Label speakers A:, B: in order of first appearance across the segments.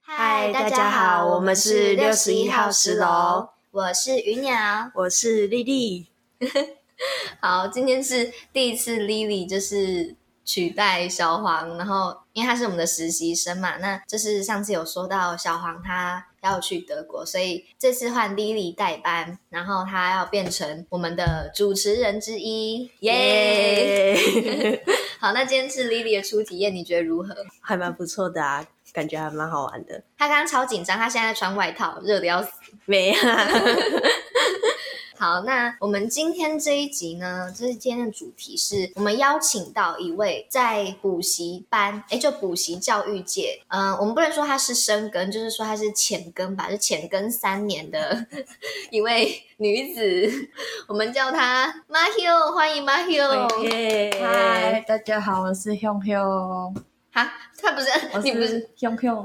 A: 嗨，大家好，我们是六十一号十楼，，
B: 我是鱼鸟。
A: 我是丽丽。
B: 好，今天是第一次 Lily 就是取代小黄，然后因为他是我们的实习生嘛，那就是上次有说到小黄他要去德国，所以这次换 Lily 代班，然后他要变成我们的主持人之一，耶、 好，那今天是 Lily 的初体验，你觉得如何？
A: 还蛮不错的啊，感觉还蛮好玩的。
B: 他刚刚超紧张，他现在穿外套，热的要死。
A: 没啊，
B: 好，那我们今天这一集呢，就是今天的主题是我们邀请到一位在补习班，哎，就补习教育界，嗯、我们不能说他是深耕，就是说他是浅耕吧，就浅耕三年的一位女子，我们叫她 Mahio，欢迎 Mahio。
C: 嗨，
A: 耶！
C: 大家好，我是 h 熊，
B: 哈，她不是
C: 我
B: 你不是
C: 是 h 熊，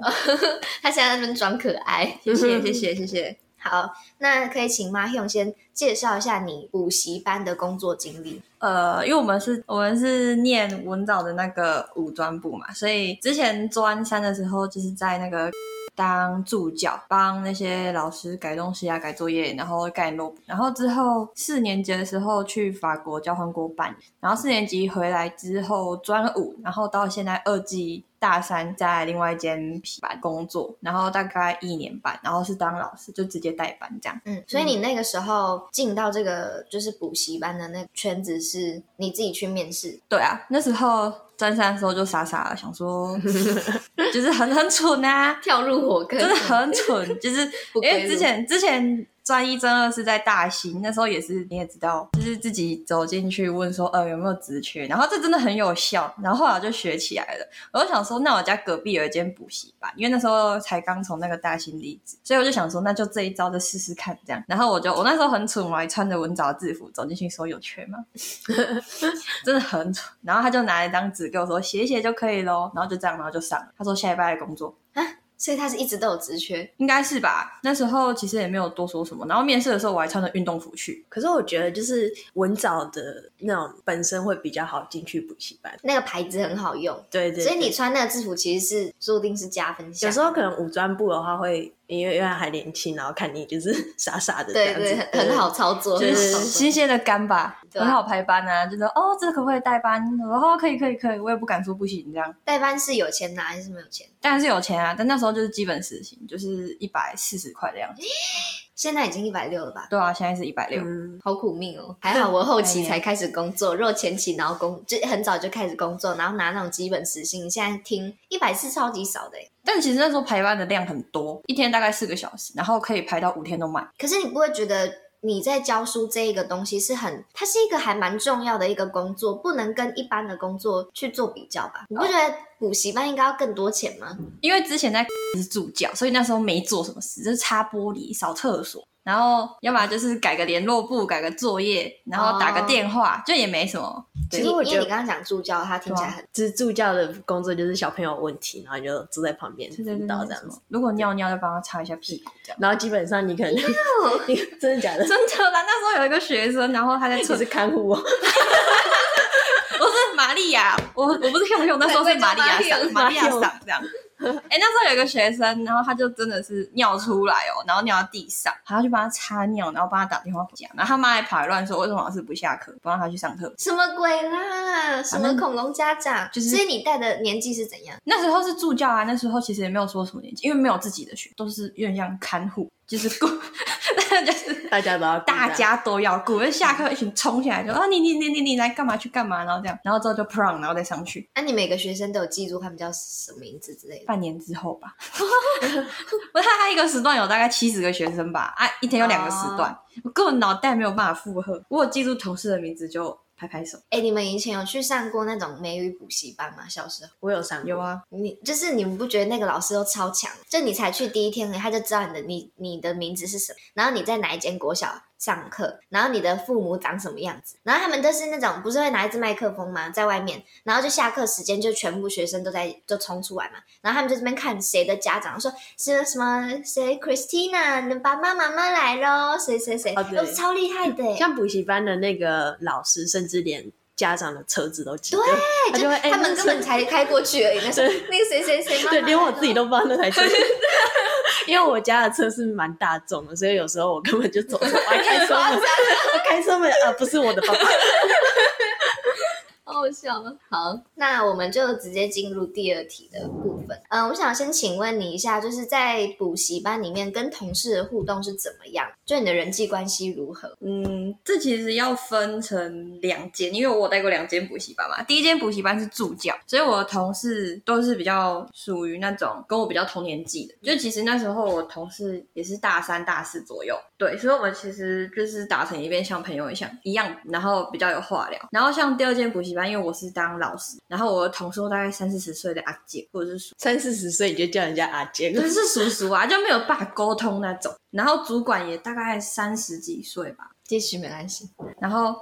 B: 她现在在那边装可爱。
A: 谢谢谢谢谢谢。
B: 好，那可以请 Mahio 先介绍一下你补习班的工作经历。
C: 呃，因为我们是，我们是念文藻的那个五专部嘛，所以之前专三的时候，就是在那个 当助教，帮那些老师改东西啊、改作业，然后盖落。然后之后四年级的时候去法国交换过半年，然后四年级回来之后专五，然后到现在二季大三在另外一间皮班工作，然后大概一年半，然后是当老师，就直接带班这样。
B: 嗯，所以你那个时候进到这个就是补习班的那个圈子，是你自己去面试，
C: 对啊，那时候专三的时候就傻傻的想说，就是很很蠢啊，
B: 跳入火坑，
C: 真的很蠢，就是
B: 不
C: 因
B: 归路
C: 为之前之前专一专二是在大兴，那时候也是你也知道，就是自己走进去问说，呃，有没有职缺，然后这真的很有效，然后后来我就学起来了。我就想说，那我家隔壁有一间补习班，因为那时候才刚从那个大兴离职，所以我就想说，那就这一招就试试看这样。然后我就我那时候很蠢，我还穿着文藻制服走进去说有缺吗？ 真的很蠢。然后他就拿了一张纸给我说写一写就可以咯，然后就这样，然后就上了。他说下礼拜来工作，
B: 所以他是一直都有职缺，
C: 应该是吧。那时候其实也没有多说什么。然后面试的时候我还穿着运动服去，
A: 可是我觉得就是文藻的那种本身会比较好进去补习班。
B: 那个牌子很好用，
A: 对对对
B: 所以你穿那个制服其实是注定是加分项，
A: 有时候可能五专部的话会，因为因为还年轻，然后看你就是 傻傻的这
B: 对
A: 样子，
B: 对，很很好操作，
C: 就
B: 很
C: 是
B: 好操作
C: 新鲜的干吧，
B: 对啊
C: 很好排班啊。就说哦，这个可不可以代班？我说哦，可以可以可以，我也不敢说不行这样。
B: 代班是有钱拿还是没有钱？
C: 当然是有钱啊，但那时候就是基本时薪，就是一百四十块的样子。
B: 现在已经一百六了吧？
C: 对啊，现在是一百六。
A: 嗯，
B: 好苦命哦！还好我后期才开始工作，若前期然后工就很早就开始工作，然后拿那种基本时薪，你现在听一百是超级少的耶
C: 但其实那时候排班的量很多，一天大概四个小时，然后可以排到五天都满。
B: 可是你不会觉得你在教书这一个东西是很，它是一个还蛮重要的一个工作，不能跟一般的工作去做比较吧？你不觉得补习班应该要更多钱吗？
C: 因为之前在 是助教，所以那时候没做什么事，就是擦玻璃、扫厕所，然后要么就是改个联络簿、改个作业，然后打个电话，就也没什么。
A: 其
B: 其
A: 实
B: 实
A: 我
B: 因为
A: 觉得
B: 你刚刚讲助教，他听起来很。
A: 就是助教的工作就是小朋友有问题，然后你就坐在旁边
C: 对
A: 辅
C: 对对，
A: 导
C: 对
A: 这样
C: 什
A: 子
C: 么。如果尿尿就帮他擦一下屁股，这样。
A: 然后基本上你可能
B: 哦
A: 你真的假的？
C: 真的啦，那时候有一个学生，然后他 在厕
A: 你是看护哦，
C: 我是玛利亚，我我不是熊熊，那时候是玛利亚
B: 对
C: 嗓，玛利亚
A: 玛利
C: 嗓这样。哎、那时候有一个学生，然后他就真的是尿出来哦，然后尿到地上，还要去帮他擦尿，然后帮他打电话回家，然后他妈还跑来乱说为什么老师不下课，不让他去上课。
B: 什么鬼啦？什么恐龙家长？
C: 就是
B: 所以你带的年纪是怎样？
C: 那时候是助教啊，那时候其实也没有说什么年纪，因为没有自己的学，都是有点像看护，就是顾， 就是
A: 大家都要顾
C: 大
A: 这样
C: 家都要顾，就下课一群冲起来就啊你你你你你来干嘛去干嘛，然后这样，然后之后就 prom，然后再上去。
B: 那、啊你每个学生都有记住他们叫什么名字之类的？
C: 半年之后吧。 我看他一个时段有大概七十个学生吧，啊，一天有两个时段，我根本脑袋没有办法负荷。我有记住同事的名字就拍拍手。
B: 哎、你们以前有去上过那种美语补习班吗？小时候，
A: 我有上过
C: 有，啊，
B: 你就是你们不觉得那个老师都超强？就你才去第一天而已，他就知道你的你你的名字是什么，然后你在哪一间国小上课，然后你的父母长什么样子，然后他们都是那种不是会拿一支麦克风吗，在外面，然后就下课时间就全部学生都在就冲出来嘛，然后他们就这边看谁的家长说是什么谁 Christina，你的爸爸妈妈来喽，谁谁谁，
A: 哦对
B: 都超厉害的耶，
A: 像补习班的那个老师，甚至连家长的车子都记得，他
B: 对
A: 就会哎
B: 他们根本才开过去而已，那时候
A: 对
B: 那个谁谁谁妈妈来咯，
A: 对，连我自己都不知道那台车。因为我家的车是蛮大众的，所以有时候我根本就走 错，我还开车门， 我开车门啊，不是我的爸爸。
B: 好好笑啊！好，那我们就直接进入第二题的部分。嗯、我想先请问你一下，就是在补习班里面跟同事的互动是怎么样？就你的人际关系如何？
C: 嗯，这其实要分成两间，因为我有带过两间补习班嘛。第一间补习班是助教，所以我的同事都是比较属于那种跟我比较同年纪的。就其实那时候我同事也是大三、大四左右，对，所以我们其实就是打成一片，像朋友一样一样，然后比较有话聊。然后像第二间补习班，因为我是当老师，然后我的同事都大概三四十岁的阿姐或者是叔
A: 三四十岁你就叫人家阿杰，
C: 可是叔叔啊，就没有办法沟通那种。然后主管也大概三十几岁吧，
B: 继续没关系。
C: 然后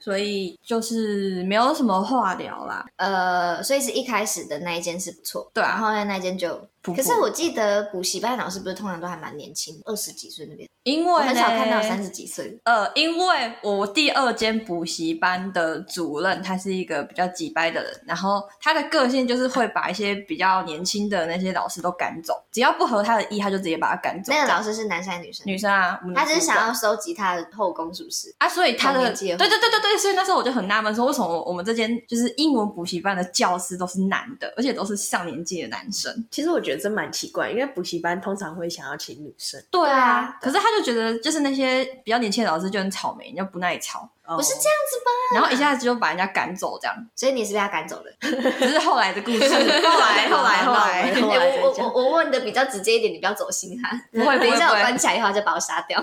C: 所以就是没有什么话聊啦。
B: 呃，所以是一开始的那一间是不错，
C: 对啊
B: 然后呢那一间就。
C: 不
B: 可是我记得补习班老师不是通常都还蛮年轻，二十几岁那边，
C: 因
B: 我
C: 为
B: 很少看到
C: 嘞
B: 三十几岁的。
C: 呃，因为我第二间补习班的主任他是一个比较急掰的人，然后他的个性就是会把一些比较年轻的那些老师都赶走，只要不合他的意，他就直接把他赶走。
B: 那个老
C: 师
B: 师是男生还是女生？
C: 女生啊，
B: 他只是想
C: 要。
B: 要收集他的后宫，是不是？
C: 啊，所以他
B: 同
C: 的
B: 年纪
C: 对
B: 的
C: 对对对对，所以那时候我就很纳闷，说为什么我们这间就是英文补习班的教师都是男的，而且都是上年纪的男生。
A: 其实我觉得这蛮奇怪，因为补习班通常会想要请女生，
C: 对
B: 啊
C: 可是他就觉得就是那些比较年轻的老师就很草莓，就不耐操，
A: 不
B: 不是这样子吧？
C: 然后一下子就把人家赶走，这样。
B: 所以你是被他赶走的。
C: 这是后来的 故事，后来 后来后来，
A: 后来
B: 欸我
A: 再
B: 我
A: 讲
B: 我我问的比较直接一点，你不要走心 哈。
C: 不会不
B: 等一
C: 会
B: 下
C: 不
B: 我
C: 会
B: 关，起来以后他就把我杀掉，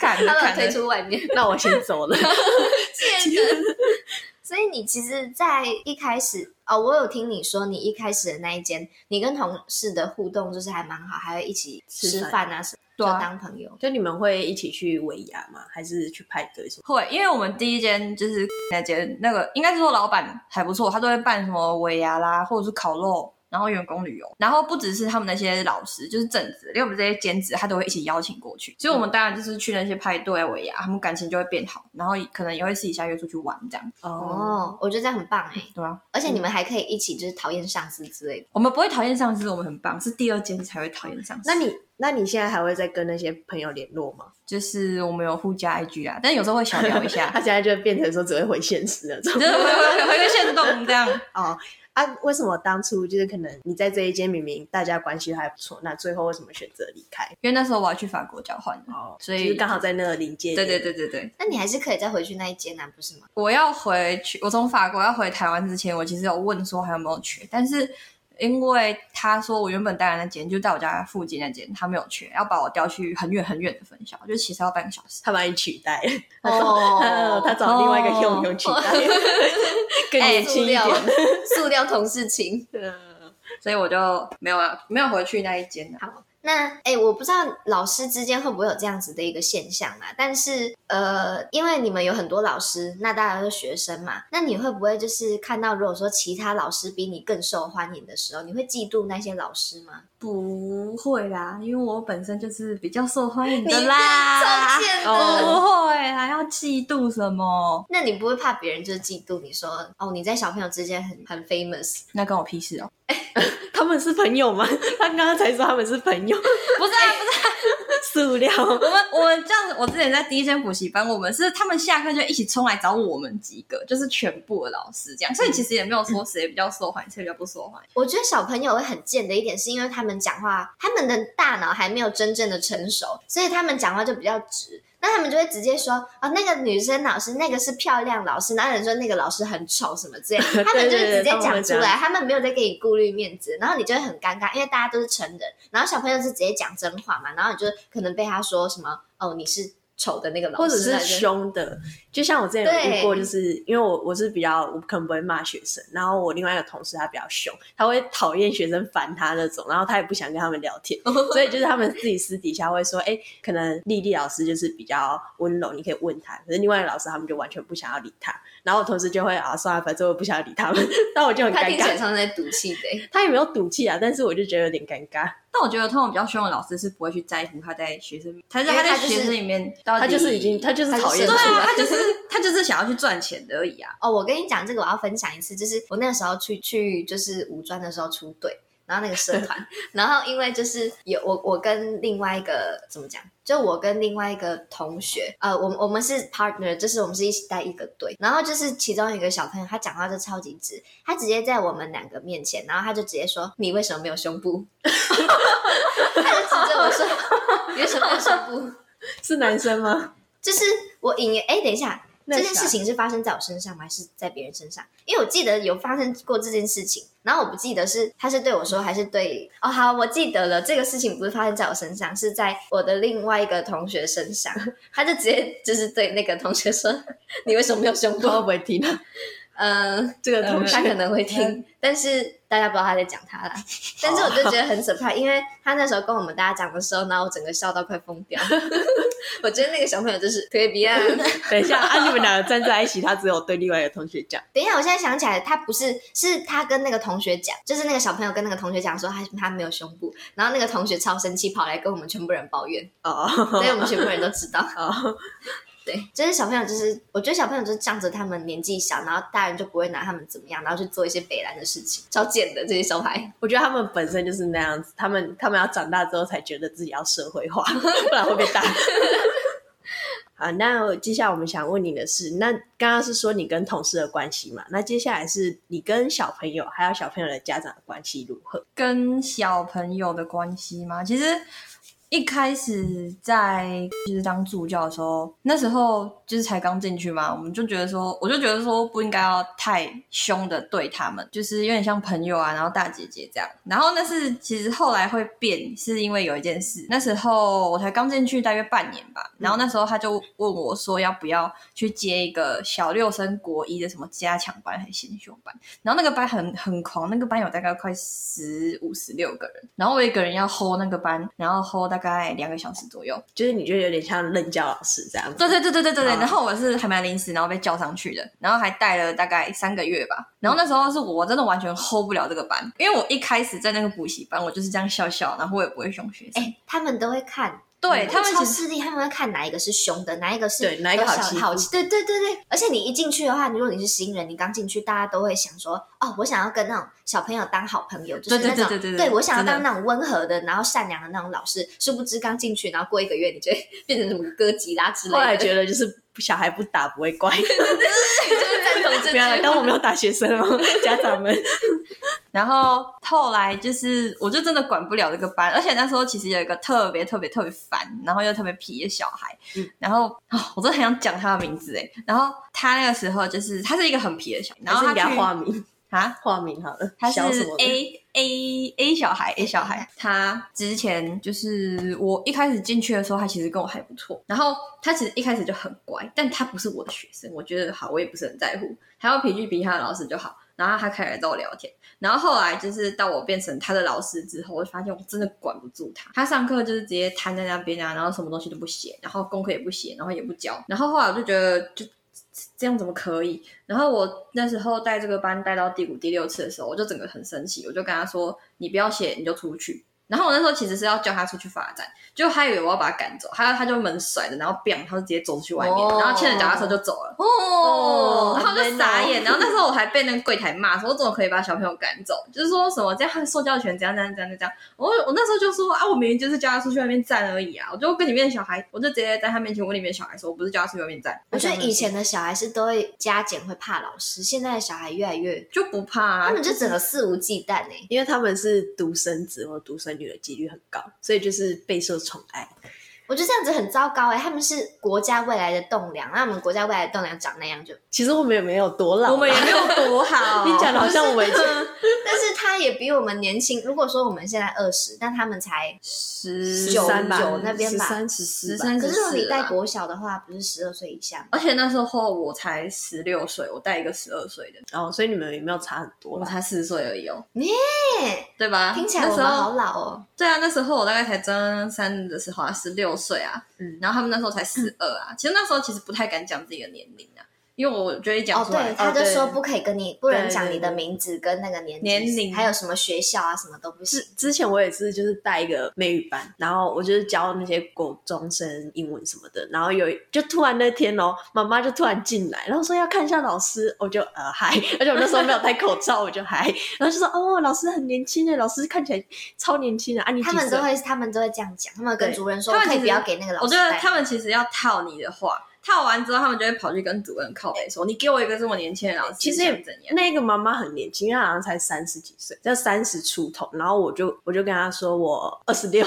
C: 赶
B: 他把我
C: 赶
B: 推
C: 的。
B: 出外面。
A: 那我先走了。
B: 所以你其实，在一开始哦，我有听你说，你一开始的那一间，你跟同事的互动就是还蛮好，还会一起
A: 吃
B: 吃
A: 饭
B: 饭啊什么，就
C: 对啊
B: 当朋友。
A: 就你们会一起去尾牙吗？还是去派对什么？
C: 会，因为我们第一间就是 那间那个，应该是说老板还不错，他都会办什么尾牙啦，或者是烤肉，然后员工旅游，然后不只是他们那些老师，就是正职，连我们这些兼职，他都会一起邀请过去。所以我们当然就是去那些派对、啊尾牙，他们感情就会变好，然后可能也会私底下约出去玩这样，
A: 嗯
B: 哦，我觉得这样很棒哎、
C: 对啊，
B: 而且你们还可以一起就是讨厌上司之类的。
C: 我们不会讨厌上司，我们很棒，是第二间才会讨厌上司。
A: 那你那你现在还会再跟那些朋友联络吗？
C: 就是我们有互加 IG 啊，但有时候会 小聊一下
A: 他，现在就变成说只会回现实了。这
C: 就
A: 种
C: 是会会 会会现动这样。
A: 哦啊，为什么当初就是可能你在这一间明明大家关系还不错，那最后为什么选择离开？
C: 因为那时候我要去法国交换嘛，
A: 哦，
C: 所以
A: 就是刚好在那个临界
C: 对
A: 点
C: 对对对对。
B: 那
A: 嗯
B: 你还是可以再回去那一间啊，不是吗？
C: 我要回去，我从法国要回台湾之前，我其实有问说还有没有缺，但是因为他说我原本待的那间就在我家附近那间，他没有缺，要把我调去很远很远的分校，就骑车要半个小时。
A: 他把你取代，
B: 哦
A: 他找另外一个 Q 友取代，
C: 哦
A: 更
C: 哎
A: 年轻
B: 哎塑
A: 一点
B: 料。塑料同事情。
A: 嗯
C: 所以我就没有要没有回去那一间了、
B: 好，那哎、诶我不知道老师之间会不会有这样子的一个现象啦。但是呃，因为你们有很多老师，那大家都是学生嘛，那你会不会就是看到如果说其他老师比你更受欢迎的时候，你会嫉妒那些老师吗？
C: 不会啦，因为我本身就是比较受欢迎
B: 你
C: 的啦
B: 超。贱的。
A: 哦
C: 不会啦，要嫉妒什么？
B: 那你不会怕别人就是嫉妒你说哦你在小朋友之间很很 famous，
C: 那关我屁事哦！
A: 他们是朋友吗？ 他刚刚才说他们是朋友，
C: 不是啊，不是
A: 塑料。
C: 我们我们这样子，我之前在第一间补习班，我们是他们下课就一起冲来找我们几个，就是全部的老师这样，所以其实也没有说谁比较受欢迎，谁比较不受欢迎。
B: 我觉得小朋友会很贱的一点，是因为他们讲话，他们的大脑还没有真正的成熟，所以他们讲话就比较直。那他们就会直接说啊、那个女生老师，那个是漂亮老师，那有人说那个老师很丑什么之类的， 他们就
A: 对
B: 是直
A: 对对
B: 接
A: 他们会
B: 讲
A: 这
B: 出
A: 样
B: 来，他们没有在给你顾虑面子，然后你就会很尴尬，因为大家都是成人，然后小朋友是直接讲真话嘛，然后你就可能被他说什么哦你是丑的那个老师，
A: 或者是
B: 那就
A: 凶的，就像我之前有遇过，就是因为我我是比较我可能不会骂学生，然后我另外一个同事他比较凶，他会讨厌学生烦他那种，然后他也不想跟他们聊 天，所以就是他们自己私底下会说，哎、可能丽丽老师就是比较温柔，你可以问他，可是另外一个老师他们就完全不想要理他，然后我同事就会啊算了，反正我不想要理他们， 但我就很
B: 他
A: 尴
B: 听起来
A: 尬。
B: 像是在赌气的、欸
A: 他也没有赌气啊，但是我就觉得有点尴尬。
C: 但我觉得通常比较凶的老师是不会去在乎他在学生，他在
B: 因为
C: 他
B: 他
C: 在
B: 就是
C: 学生里面到底，
A: 他就是已经，他就是
B: 哦他就是
A: 讨厌
C: 对
A: 出
B: 出
C: 啊，
A: 来，
C: 他就是他就是想要去赚钱的而已啊。
B: 哦，我跟你讲这个，我要分享一次，就是我那时候去去就是五专的时候出队，然然后那个社团，然后因为就是有我，我跟另外一个怎么讲，就我跟另外一个同学，呃，我们我们是 partner，就是我们是一起带一个队，然后就是其中一个小朋友，他讲话就超级直，他直接在我们两个面前，然后他就直接说：“你为什么没有胸部？” 他就指着我说：“你为什么没有胸部
A: 是男生吗？？”
B: 就是我隐约，哎，等一下。
A: 那
B: 这
A: 是
B: 件事情是发生在我身上吗？还是在别人身上？因为我记得有发生过这件事情，然后我不记得是他是对我说还是对哦，好，我记得了，这个事情不是发生在我身上，是在我的另外一个同学身上，他就直接就是对那个同学说：“ 你为什么没有胸部？”
A: 他会不会听啊？
B: 嗯、
A: 这个同
C: 嗯
A: 学
B: 他可能会听，但是大家不知道他在讲他 啦。但是我就觉得很 surprise，因为他那时候跟我们大家讲的时候，然后我整个笑到快疯 掉。我觉得那个小朋友就是特别啊。
A: 等一下啊，你们两个站在一起，他只有对另外一个同学讲，
B: 等一下，我现在想起来，他不是，是他跟那个同学讲，就是那个小朋友跟那个同学讲说他他没有胸部，然后那个同学超生气，跑来跟我们全部人抱 怨，
A: 哦，
B: 所以我们全部人都知道。
A: 哦，
B: 对，就是小朋友，就是我觉得小朋友就是仗着他们年纪小，然后大人就不会拿他们怎么样，然后去做一些北兰的事情，超贱的这些小孩。
A: 我觉得他们本身就是那样子，他们他们要长大之后才觉得自己要社会化，不然会被打。 好，那接下来我们想问你的是，那刚刚是说你跟同事的关系嘛？那接下来是你跟小朋友还有小朋友的家长的关系如何？
C: 跟小朋友的关系吗？其实一开始在就是当助教的时候，那时候就是才刚进去嘛，我们就觉得说，我就觉得说不应该要太凶的对他们，就是有点像朋友啊，然后大姐姐这样。然后那是其实后来会变，是因为有一件事，那时候我才刚进去大约半年吧，然后那时候他就问我说要不要去接一个小六升国一的什么加强班还是先修班。然后那个班很很狂，那个班有大概快十五十六个人，然后我一个人要 hold 那个班，然后 hold 大概两个小时左右。
A: 就是你觉得有点像任教老师这样子？
C: 对对对对对对对。
A: 啊
C: 然后我是还蛮临时，然后被叫上去的，然后还带了大概三个月吧。然后那时候是我真的完全 hold 不了这个班，因为我一开始在那个补习班，我就是这样笑笑，然后我也不会凶学生。
B: 哎，他们都会看，
C: 对他们
B: 超
C: 其实
B: 势力，他们会看哪一个是凶的，哪一个是
A: 对哪一个好
B: 小
A: 欺负
B: 好对对对对。而且你一进去的话，如果你是新人，你刚进去，大家都会想说，哦，我想要跟那种小朋友当好朋友，就是
C: 对对
B: 那种
C: 对对对对
B: 我想要当
C: 真
B: 那种温和的，然后善良的那种老师。殊不知刚进去，然后过一个月，你就会变成什么哥吉拉之类
A: 后来
B: 的，
A: 觉得就是小孩不打不会乖，
B: 就是赞同这
A: 不要来
B: 句话
A: 当我没有打学生哦，家长们。
C: 然后后来就是，我就真的管不了这个班，而且那时候其实有一个特别特别特别烦，然后又特别皮的小孩，
A: 嗯
C: 然后啊、我真的很想讲他的名字哎。然后他那个时候就是，他是一个很皮的小孩，然后
A: 还是你
C: 他
A: 给他
C: 去
A: 化名，
C: 啊，
A: 化名好了，
C: 他是
A: 小什么的
C: A A A 小孩 A 小孩，他之前就是我一开始进去的时候，他其实跟我还不错，然后他其实一开始就很乖，但他不是我的学生，我觉得好，我也不是很在乎，还要脾气比他的老师就好。然后他开始来找我聊天，然后后来就是到我变成他的老师之后，我就发现我真的管不住他。他上课就是直接瘫在那边啊，然后什么东西都不写，然后功课也不写，然后也不教。然后后来我就觉得就这样怎么可以？然后我那时候带这个班带到第五、第六次的时候，我就整个很生气，我就跟他说：“你不要写，你就出去。”然后我那时候其实是要叫他出去发展，就他以为我要把他赶走，他他就门甩着，然后 biang，他就直接走出去外面，
B: 哦
C: 然后牵着脚踏车就走了。
B: 哦
C: 然后就傻
A: 很累哦
C: 眼，然后那时候我还被那个柜台骂说，我怎么可以把小朋友赶走？就是说什么这样受教权怎样怎样怎样怎样。我我那时候就说啊，我明明就是叫他出去外面站而已啊，我就跟里面的小孩，我就直接在他面前问里面的小孩说，我不是叫他出去外面站，
B: 我觉得以前的小孩是都会加减会怕老师，现在的小孩越来越，
C: 就不怕、啊，
B: 他们就整个肆无忌惮哎、
A: 因为他们是独生子或独生女的几率很高，所以就是备受宠爱。
B: 我觉得这样子很糟糕哎、他们是国家未来的栋梁，那我们国家未来的栋梁长那样就，
A: 其实我们也没有多老啊，
C: 我们也没有多 好。
A: 你讲的好像我们已经
B: 但是他也比我们年轻。如果说我们现在二十，但他们才，
C: 十
B: 九
A: 13吧
B: 九那边吧
A: 13 14
C: 十
A: 吧
C: 三，
B: 可是如果你带
C: 带国，
B: 国小的话，不是十二岁以下吗？
C: 而且那时候我才十六岁，我带一个十二岁的，
A: 哦，所以你们也没有差很多
C: 我
A: 啦。
C: 才四十岁而已哦，
B: 耶
C: 对吧？
B: 听起来
C: 那
B: 我
C: 时
B: 们
C: 候
B: 好老哦。
C: 对啊，那时候我大概才真三的时候啊，十六岁啊，
A: 嗯
C: 然后他们那时候才十二啊，其实那时候其实不太敢讲自己的年龄啊，因因为我觉得一讲
B: 哦，
C: 出来，
B: 对，他就
A: 对
B: 说不可以跟你，不能讲
A: 对
B: 你的名字跟那个年纪
C: 年龄
B: 还有什么学校啊，什么都不
A: 之
B: 行。
A: 之前我也是，就是带一个美语班，然后我就是教那些国中生英文什么的，然后有就突然那天哦，妈妈就突然进来，然后说要看一下老师，我就呃嗨， 而且我那时候没有戴口罩，我就嗨，然后就说哦，老师很年轻的，老师看起来超年轻的啊，
C: 嗯
A: 你
B: 他
A: 几
B: 们
A: 岁
B: 都？会，他们都会这样讲，他们跟
A: 对
B: 主任说，
C: 他们
B: 可以
C: 其
B: 不
C: 实
B: 要给那个老
C: 我
B: 师
C: 觉
B: 带。
C: 得他们其实要套你的话，套完之后，他们就会跑去跟主任靠背说：“你给我一个这么年轻的老师，
A: 其实
C: 想
A: 也
C: 怎样？”
A: 那个妈妈很年轻，因为她好像才三十几岁，就三十出头。然后我就我就跟她说我二十六，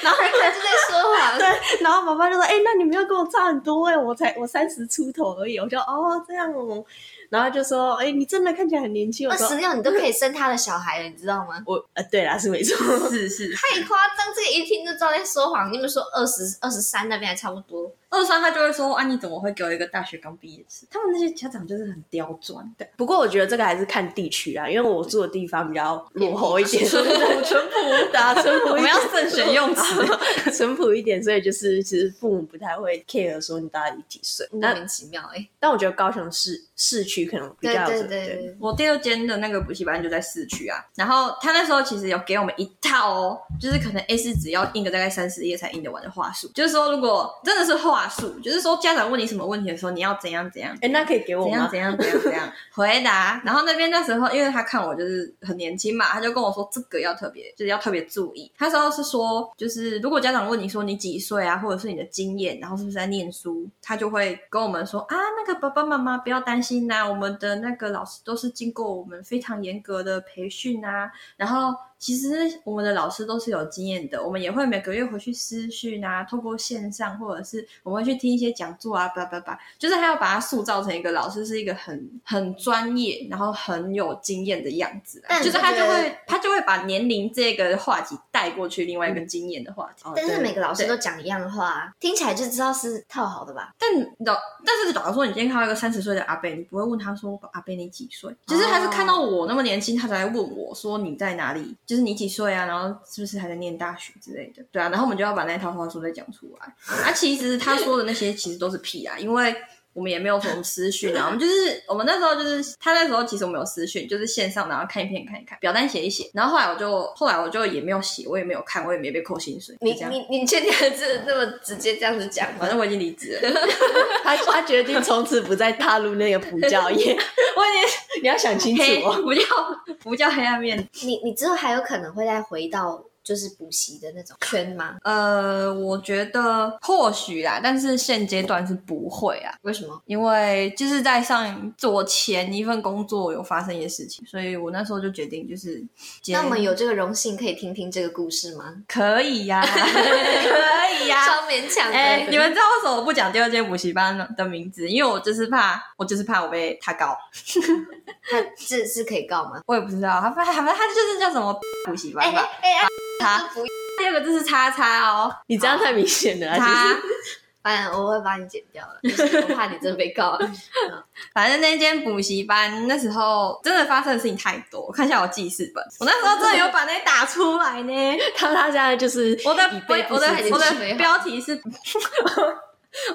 B: 然后可能就在说谎，
A: 对，然后妈妈就说：“哎、那你们要跟我差很多哎、我才我三十出头而已。”我就哦这样哦，然后就说：“哎、你真的看起来很年轻。”我
B: 二
A: 说
B: 十六你都可以生他的小孩了，你知道吗：“？
A: 我呃，对啦，是没错。
C: 是是，
B: 太夸张，这个一听就知道在说谎。你们说二十二十三那边还差不多，
C: 二三他就会说：“啊，你怎么会给我一个大学刚毕业生？”他们那些家长就是很刁钻，对，
A: 不过我觉得这个还是看地区啦，因为我住的地方比较落后一点， 淳朴淳朴的，淳朴
C: 我
A: 一
C: 们要
A: 点，
C: 慎选用词。
A: 淳朴一点，所以就是其实父母不太会 care 说你到底几岁。
B: 莫
A: 那
B: 名其妙哎、
A: 但我觉得高雄市市区可能比
B: 对
A: 较有
B: 对
A: 这个
B: 对对，
C: 我第二间的那个补习班就在市区啊，然后他那时候其实有给我们一套哦，就是可能 A 四纸要印个大概三十页才印得完的话术，就是说如果真的是话术，就是说家长问你什么问题的时候，你要怎样怎样
A: 哎、那可以给我
C: 怎样
A: 吗？
C: 怎样怎样怎样 回答。然后那边那时候，因为他看我就是很年轻嘛，他就跟我说这个要特别，就是要特别注意。他那时候是说，就是如果家长问你说你几岁啊，或者是你的经验，然后是不是在念书，他就会跟我们说啊，那个爸爸妈妈不要担心呐、我们的那个老师都是经过我们非常严格的培训啊，然后其实我们的老师都是有经验的，我们也会每个月回去私讯啊，透过线上或者是我们会去听一些讲座啊，叭叭叭，就是他要把它塑造成一个老师是一个很很专业，然后很有经验的样子、啊，
B: 但你
C: 就是他
B: 觉
C: 就
B: 得
C: 会他就会把年龄这个话题带过去另外一个经验的话题。
A: 哦
B: 嗯但是
A: 对
B: 每个老师
C: 对
B: 都讲一样的话，听起来就知道是套好的吧？
C: 但老但是假如说你今天看到一个三十岁的阿贝，你不会问他说阿贝你几岁？就是他是看
B: 哦
C: 到我那么年轻，他才来问我说你在哪里？就是你几岁啊？然后是不是还在念大学之类的？对啊，然后我们就要把那套话术再讲出来。啊，其实他说的那些其实都是屁啊，因为。我们也没有什么私讯啊，我们就是我们那时候就是他那时候其实我们有私讯，就是线上然后看一篇看一看，表单写一写，然后后来我就后来我就也没有写，我也没有看，我也没被扣薪水，
B: 你
C: 就这样
B: 你你确定这这么直接这样子讲吗
C: 反？正我已经离职了，
A: 他他决定从此不再踏入那个补教 业，
C: 我已经
A: 你要想清楚
C: 黑
A: 哦。
C: 不叫不叫黑暗面。
B: 你你之后还有可能会再回到就是补习的那种圈吗？
C: 呃，我觉得或许啦，但是现阶段是不会啊，
B: 为什么？
C: 因为就是在上就我前一份工作有发生一些事情，所以我那时候就决定就是接。
B: 那我们有这个荣幸可以听听这个故事吗？
C: 可以呀、可以 呀、
B: 超勉强的，欸
C: 哎、你们知道为什么我不讲第二间补习班的名字？因为我就是怕，我就是怕我被他告。
B: 他这是可以告吗？
C: 我也不知道，他反正反正他就是叫什么补习班吧。
B: 哎，
C: 他
B: 不
C: 第二个字是叉叉哦，
A: 你这样太明显了啊，其实
C: 叉。
B: 反哎正我会把你剪掉 了，就是我怕你真的被告。
C: 反正那间补习班那时候真的发生的事情太多，我看一下我记事本，我那时候真的有把那打出来呢。
A: 他他现在就是
C: 我的
A: 以
C: 我
A: 备不
C: 我的
A: 时之
B: 已
A: 需
C: 我
B: 经准备
C: 的
B: 好
C: 标题是，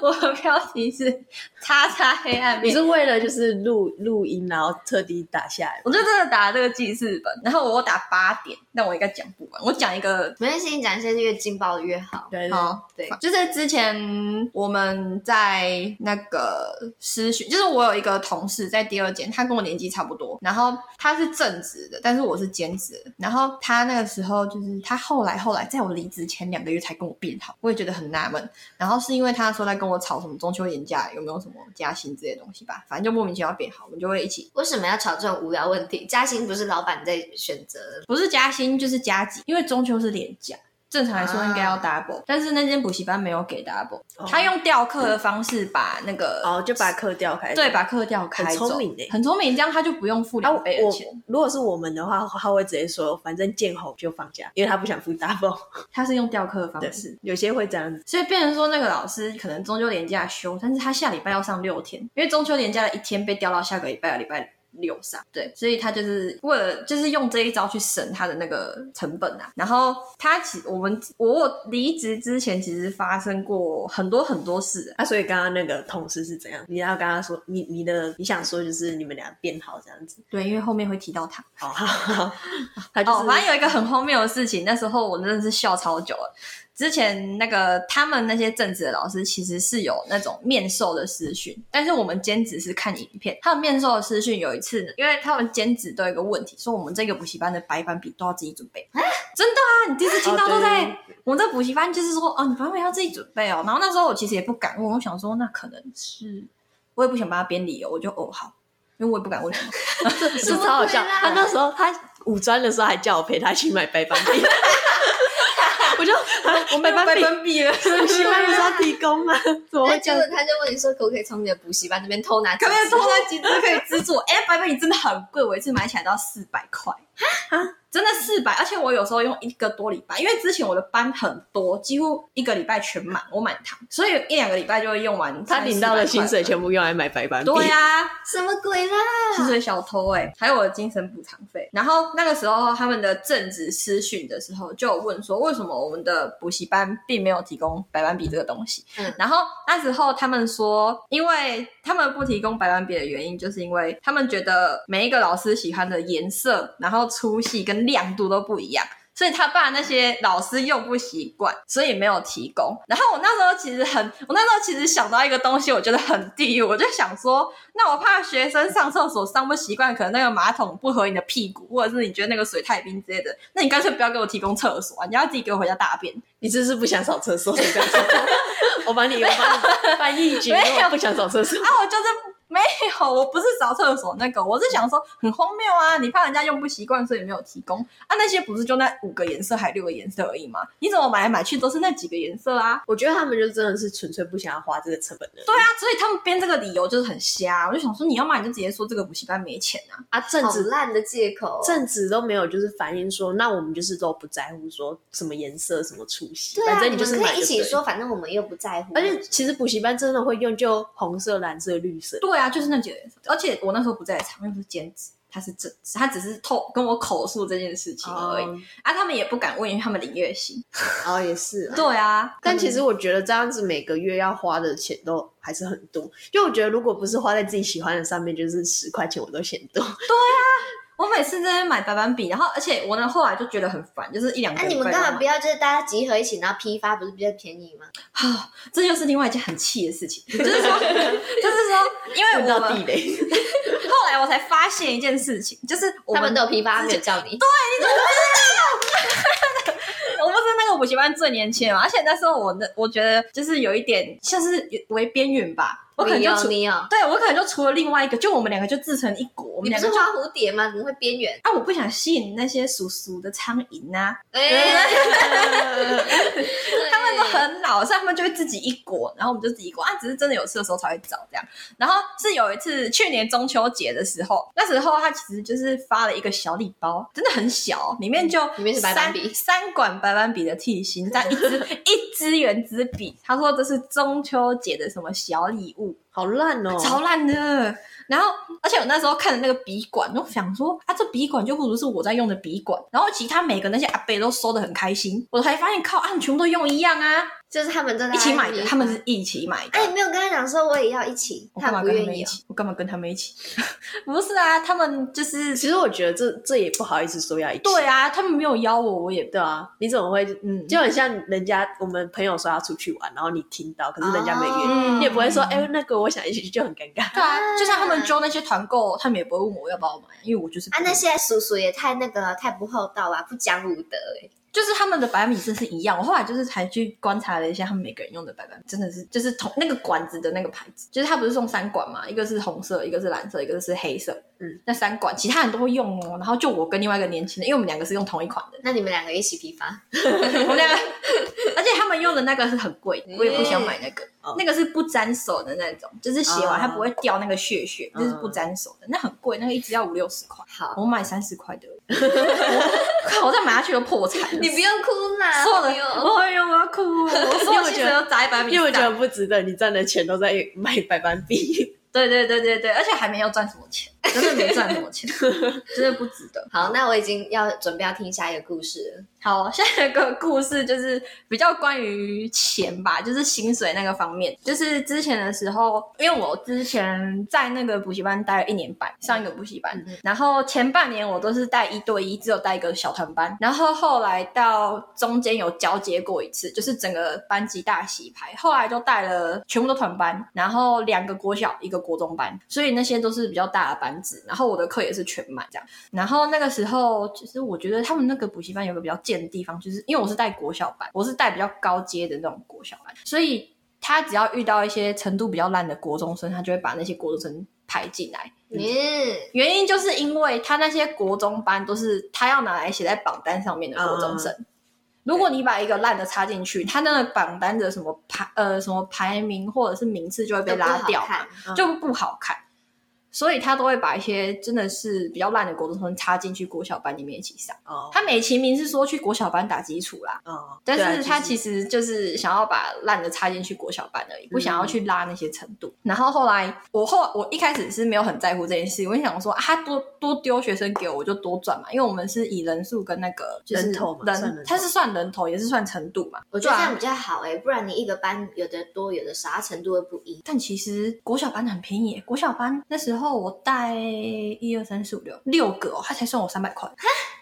C: 我的标题是“叉叉黑暗
A: 你
C: 面
A: 是为了就是录录音，然后特地打下来”，
C: 我就真的打了这个记事本，然后我打八点，但我应该讲不完，我讲一个
B: 没关系，你讲一些越劲爆的越好。
A: 对，对
C: 好，
B: 对
C: 就是之前我们在那个师训，就是我有一个同事在第二间，他跟我年纪差不多，然后他是正职的，但是我是兼职的，然后他那个时候就是他后来后来在我离职前两个月才跟我变好，我也觉得很纳闷，然后是因为他说在跟我吵什么中秋年假有没有什么加薪之类的东西吧，反正就莫名其妙变好，我们就会一起
B: 为什么要吵这种无聊问题？嘉欣不是老板在选择的
C: 不是加薪就是加级，因为中秋是连假，正常来说应该要 double，、但是那间补习班没有给 double，、
A: 啊哦
C: 他用调课的方式把那个
A: 哦，就把课调开，
C: 对把课调开走，
A: 很聪明欸
C: 很聪明，这样他就不用付
A: 啊，
C: 两
A: 我
C: 倍的钱。
A: 如果是我们的话，他会直接说，反正见红就放假，因为他不想付 double。
C: 他是用调课的
A: 对
C: 方式。，
A: 有些会这样子。
C: 所以变成说，那个老师可能中秋连假休，但是他下礼拜要上六天，因为中秋连假的一天被调到下个礼拜的礼拜六上，对，所以他就是为了就是用这一招去省他的那个成本啊。然后他其我们我离职之前其实发生过很多很多事、啊，
A: 啊，所以刚刚那个同事是怎样？你要跟他说，你你的你想说就是你们俩变好这样子。
C: 对，因为后面会提到他。
A: 哦，好好，啊他就是、
C: 哦，反正有一个很荒谬的事情，那时候我真的是笑超久了。之前那个他们那些正职的老师其实是有那种面授的师训，但是我们兼职是看影片。他们面授的师训有一次，因为他们兼职都有一个问题，说我们这个补习班的白板笔都要自己准备。 真的啊，你第一次听到
A: 哦
C: 对不
A: 对
C: 对？我们这补习班就是说，哦，你白板要自己准备哦。然后那时候我其实也不敢问，我想说那可能是，我也不想帮他编理由，我就哦好，因为我也不敢问什么。
A: 是超好笑。
B: 怎么会啦
A: 他那时候他五专的时候还叫我陪他去买白板 笔，我就啊
C: 我没有
A: 白
C: 白
A: 板笔，
C: 板笔了，
A: 补习班不是要提供啊哎吗？ 怎
B: 那
A: 么会
B: 哎结
A: 这
B: 果
A: 样？
B: 他就问你说，可不可以从你的补习班那边偷拿？
C: 可不可以偷？来集资可以 资助我？哎、白板笔真的很贵，我一次买起来都要四百块，真的四百。而且我有时候用一个多礼拜，因为之前我的班很多，几乎一个礼拜全满，我满堂，所以一两个礼拜就会用完。
A: 他领到的薪水全
C: 部。
A: 部用来买白板笔。
C: 对啊呀、
B: 什么鬼啦？
C: 薪水小偷哎、还有我的精神补偿费。然后那个时候他们的正职私训的时候，就有问说为什么我们的补习班并没有提供白板笔这个东西。
B: 嗯
C: 然后那时候他们说，因为他们不提供白板笔的原因，就是因为他们觉得每一个老师喜欢的颜色，然后粗细跟亮度都不一样。所以他爸那些老师用不习惯，所以没有提供。然后我那时候其实很，我那时候其实想到一个东西，我觉得很地狱，我就想说，那我怕学生上厕所上不习惯，可能那个马桶不合你的屁股，或者是你觉得那个水太冰之类的，那你干脆不要给我提供厕所、啊，你要自己给我回家大便。
A: 你这是不想扫厕所？你这样说 我帮你，我帮你翻译一句，
C: 没有
A: 如果不想扫厕所
C: 啊，，我就是没有，我不是找厕所那个，我是想说很荒谬啊！你怕人家用不习惯，所以没有提供啊。那些不是就那五个颜色还六个颜色而已吗？你怎么买来买去都是那几个颜色啊？
A: 我觉得他们就真的是纯粹不想要花这个成本的。
C: 对啊，所以他们编这个理由就是很瞎。我就想说，你要么你就直接说这个补习班没钱啊。
A: 啊，正
B: 好
A: 职
B: 烂的借口哦。
A: 正职都没有，就是反映说，那我们就是都不在乎说什么颜色、什么粗细，
B: 对
A: 反
B: 啊，
A: 正
B: 你
A: 就是
B: 们可
A: 买
B: 以一
A: 就
B: 起
A: 对了
B: 说，反正我们又不在乎。
A: 而且其实补习班真的会用，就红色、蓝色、绿色。
C: 对啊，就是那几个颜色。而且我那时候不在场，又不是兼职，他是正，他只是透跟我口述这件事情而已。
A: 哦
C: 啊，他们也不敢问，因为他们领月薪。
A: 哦，也是啊。
C: 对啊，
A: 但其实我觉得这样子每个月要花的钱都还是很多。就我觉得如果不是花在自己喜欢的上面，就是十块钱我都嫌多。
C: 我每次在那边买白板笔，然后而且我呢后来就觉得很烦，就是一两个
B: 那
C: 礼拜
B: 啊你们
C: 就要买。
B: 干嘛不要就是大家集合一起，然后批发，不是比较便宜吗？
C: 啊，这就是另外一件很气的事情，就是说，就是 说，因为
A: 问
C: 我
A: 到地
C: 们
A: 雷，
C: 后来我才发现一件事情，就是我
B: 他们
C: 们
B: 都有批发，没有叫你。
C: 我不是那个补习班最年轻的嘛，而且那时候我的我觉得就是有一点像是为边缘吧， 我可能
B: 你
C: 就
B: 哦，
C: 除
B: 你哦，
C: 对我可能就除了另外一个，就我们两个就自成一国，我们
B: 你不
C: 两
B: 是
C: 个就
B: 花蝴蝶吗？怎么会边缘？
C: 啊，我不想吸引那些叔叔的苍蝇啊，
B: 哎，
C: 他们都很老，所以他们就会自己一锅，然后我们就自己一锅啊，只是真的有事的时候才会找这样。然后是有一次去年中秋节的时候，那时候他其实就是发了一个小礼包，真的很小，里面就
B: 里面是白板笔
C: 三三管白板笔的替芯，加 一支一支圆珠笔。他说这是中秋节的什么小礼物，
A: 好烂哦！
C: 超烂的。然后，而且我那时候看的那个笔管，我想说啊，这笔管就不如是我在用的笔管。然后其他每个那些阿伯都收的很开心，我才发现靠啊，你全部都用一样啊，
B: 就是他们都在
C: 一起买的，
B: 批发
C: 他们是一起买的。
B: 哎，你没有跟他讲说我也要一起，
C: 我干嘛
B: 不
C: 跟他
B: 愿
C: 们一
B: 意哦。
C: 起？我干嘛跟他们一起？ 不是啊，他们就是
A: 其实我觉得这这也不好意思说要一起。
C: 对啊，他们没有邀我，我也
A: 对啊，你怎么会？
C: 嗯，
A: 就很像人家我们朋友说要出去玩，然后你听到，可是人家没约，
B: 哦
A: 你也不会说，哎、
C: 嗯
A: 那个我想一起去，就很尴尬。
C: 对啊，就像他们揪那些团购，他们也不会问我要不要买，因为我就是
B: 啊，那些叔叔也太那个了太不厚道啊了，不讲武德哎。
C: 就是他们的白米真是一样。我后来就是才去观察了一下，他们每个人用的白板真的是就是同那个管子的那个牌子，就是它不是送三管嘛，一个是红色，一个是蓝色，一个是黑色，
A: 嗯，
C: 那三管其他人都会用哦。然后就我跟另外一个年轻人，因为我们两个是用同一款的，
B: 那你们两个一起批发，
C: 我们两个， 而且他们用的那个是很贵的，我也不想买那个
A: 嗯，
C: 那个是不沾手的那种，就是洗
A: 哦
C: 完它不会掉那个屑屑，
A: 嗯
C: 就是不沾手的，那很贵，那个一支要五六十块。
B: 好，
C: 我买三十 块的，看我再买下去都破产了。
B: 你不用哭 啦，
C: 所有
B: 朋友
C: 的，我哎呦，我要哭了！ 我所有薪水都砸一百米，
A: 因为我觉得不值得，你赚的钱都在买白板笔。
C: 对对对对对，而且还没有赚什么钱，真的没赚什么 钱，真的不值得。
B: 好，那我已经要准备要听下一个故事了。
C: 好，下一个故事就是比较关于钱吧，就是薪水那个方面。就是之前的时候，因为我之前在那个补习班待了一年半，上一个补习班，然后前半年我都是带一对一，只有带一个小团班，然后后来到中间有交接过一次，就是整个班级大洗牌，后来就带了全部都团班，然后两个国小，一个国中班，所以那些都是比较大的班制，然后我的课也是全满这样。然后那个时候，其实我觉得他们那个补习班有个比较贱的地方，就是因为我是带国小班，我是带比较高阶的那种国小班，所以他只要遇到一些程度比较烂的国中生，他就会把那些国中生排进来。
B: 嗯，
C: 原因就是因为他那些国中班都是他要拿来写在榜单上面的国中生。如果你把一个烂的插进去，他那个榜单的什么排呃什么排名或者是名次就会被拉掉嘛，
A: 嗯
C: 就不好看。所以他都会把一些真的是比较烂的国中生插进去国小班里面一起上。
A: 哦，
C: 他美其名是说去国小班打基础啦，
A: 哦，
C: 但
A: 对啊
C: 是他其
A: 实
C: 实就是想要把烂的插进去国小班而已，不想要
A: 嗯
C: 去拉那些程度。然后后来我后我一开始是没有很在乎这件事，我就想说啊，他多多丢学生给我，我就多赚嘛，因为我们是以人数跟那个就是
A: 人头嘛算人头
C: 他是算人头也是算程度嘛。
B: 我觉得这
C: 对啊
B: 样比较好哎、不然你一个班有的多，有的少，它程度会不一。
C: 但其实国小班很便宜耶，国小班那时候我带一二三四五六六个、哦，他才算我三百块，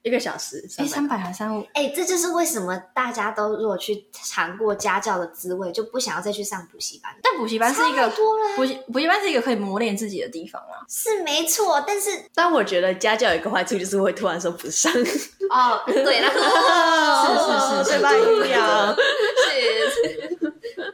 A: 一个小时
C: 哎，
A: 三
C: 三百还三五，
B: 哎、这就是为什么大家都如果去尝过家教的滋味，就不想要再去上补习班了。
C: 但补习班是一个
B: 差不多啦
C: 补习补习班是一个可以磨练自己的地方啊。
B: 是没错，但是
A: 但我觉得家教有一个坏处就是会突然说不上，
B: 哦，对啦，
C: 是是是
A: 对啊吧？一定要
B: 是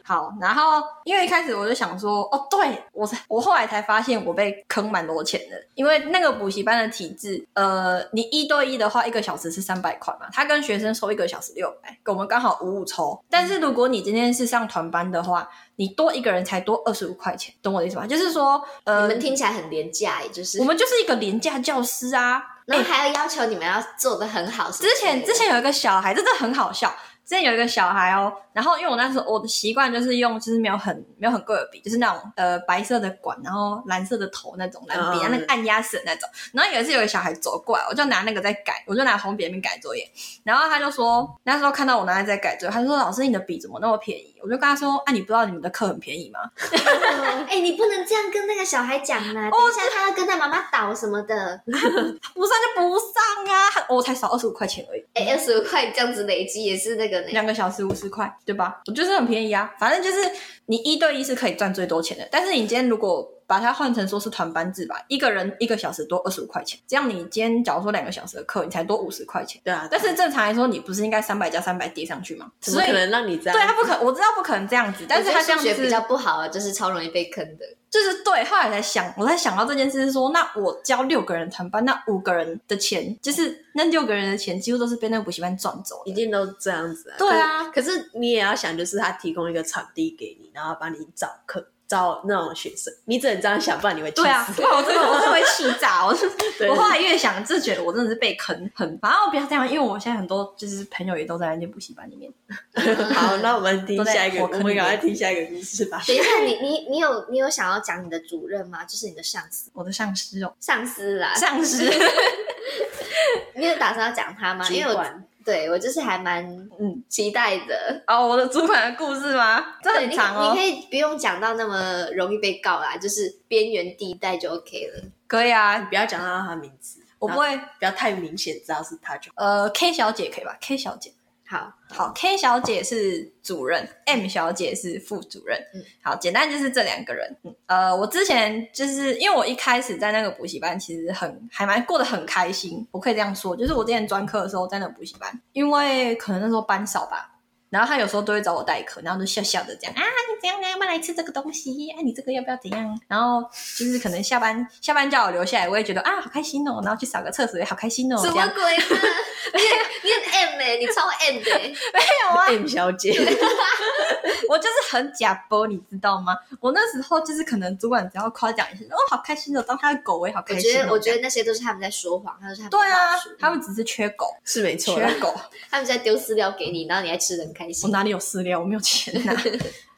C: 好，然后因为一开始我就想说，哦，对我才我后来才发现我被坑蛮多钱的，因为那个补习班的体制，呃，你一对一的话，一个小时是三百块嘛，他跟学生收一个小时六百，我们刚好五五抽。但是如果你今天是上团班的话，你多一个人才多二十五块钱，懂我的意思吗？就是说，
B: 你
C: 呃，
B: 们听起来很廉价、欸，就是
C: 我们就是一个廉价教师啊，
B: 然后还要要求你们要做的很好什么
C: 之
B: 类
C: 前
B: 的
C: 之前有一个小孩，真的很好笑。之前有一个小孩哦，然后因为我那时候我的习惯就是用，就是没有很没有很贵的笔，就是那种呃白色的管，然后蓝色的头那种蓝笔，
A: 嗯
C: 那个按压式的那种。然后有一次有个小孩走过来，我就拿那个在改，我就拿红笔在那边改作业，然后他就说那时候看到我拿来在改作业，他就说老师你的笔怎么那么便宜？我就跟他说啊，你不知道你们的课很便宜吗？
B: 哎、你不能这样跟那个小孩讲啦，等一下他要跟他妈妈倒什么的，
C: 不上就不上啊，他我才少二十五块钱而已。
B: 哎、二十五块这样子累积也是那个呢，
C: 两个小时五十块，对吧？我就是很便宜啊。反正就是你一对一是可以赚最多钱的，但是你今天如果把它换成说是团班制吧，一个人一个小时多二十五块钱，这样你今天假如说两个小时的课，你才多五十块钱。
A: 对啊，
C: 但是正常来说，你不是应该三百加三百叠上去吗？
A: 怎么
C: 所以
A: 可能让你这样？
C: 对啊他不可，我知道不可能这样子，但是他这样
B: 我觉得数学比较
C: 子
B: 不好啊，就是超容易被坑的。
C: 就是对。后来才想，我才想到这件事是说，那我教六个人团班，那五个人的钱，就是那六个人的钱几乎都是被那个补习班赚走的。
A: 一定都这样子啊。
C: 对啊
A: 可是可是你也要想，就是他提供一个场地给你，然后帮你找课。找那种学生，你只能这样想，不然你会气
C: 对啊，
A: 死。
C: 不然我真的我真的会气炸，我是
A: 对
C: 我后来越想，自觉得我真的是被坑很。反正我不要这样，因为我现在很多就是朋友也都在那间补习班里面。
A: 好，那我们听
C: 都在
A: 下一个，
C: 火
A: 我
C: 坑
A: 们
C: 里
A: 赶快
C: 面
A: 听下一个故事吧。
B: 等一下，你你你有你有想要讲你的主任吗？就是你的上司，
C: 我的上司哦，
B: 上司啦，
C: 上司，
B: 你有打算要讲他吗？因为
A: 主
B: 我
A: 管
B: 对我就是还蛮
C: 嗯，
B: 期待的。
C: 哦，我的主管的故事吗？这
B: 对
C: 很
B: 你
C: 长
B: 可，
C: 哦
B: 你可，以不用讲到那么容易被告啦，就是边缘地带就 OK 了。
C: 可以啊，
A: 不要讲到他名字，
C: 我不会，
A: 不要太明显知道是他就好。
C: 呃，K 小姐可以吧？K 小姐。
B: 好，
C: 好，K 小姐是主任，M 小姐是副主任。
B: 嗯
C: 嗯，好，简单就是这两个人。嗯，呃，我之前就是因为我一开始在那个补习班，其实很还蛮过得很开心，我可以这样说，就是我之前专科的时候在那个补习班，因为可能那时候班少吧。然后他有时候都会找我代课，然后就笑笑的这样啊，你怎样怎样，要不要来吃这个东西？啊，你这个要不要怎样？然后就是可能下班下班叫我留下来，我也觉得啊，好开心哦，然后去扫个厕所也好开心哦，
B: 什
C: 这
B: 么
C: 样
B: 鬼呢？ 你你很 M 哎、你超 M 的、欸，
C: 有啊
A: M 小姐，
C: 我就是很假播，你知道吗？我那时候就是可能主管只要夸奖一下，哦，好开心哦，当他的狗我也好
B: 我
C: 开心、
B: 觉
C: 哦。
B: 得我觉得那些都是他们在说谎，他们是他们
C: 对啊
B: 在话术，
C: 他们只是缺狗，
A: 是没错啦。
C: 缺狗。
B: 他们在丢饲料给你，然后你还吃的很开
C: 我
B: 心。
C: 哪里有饲料？我没有钱呐、啊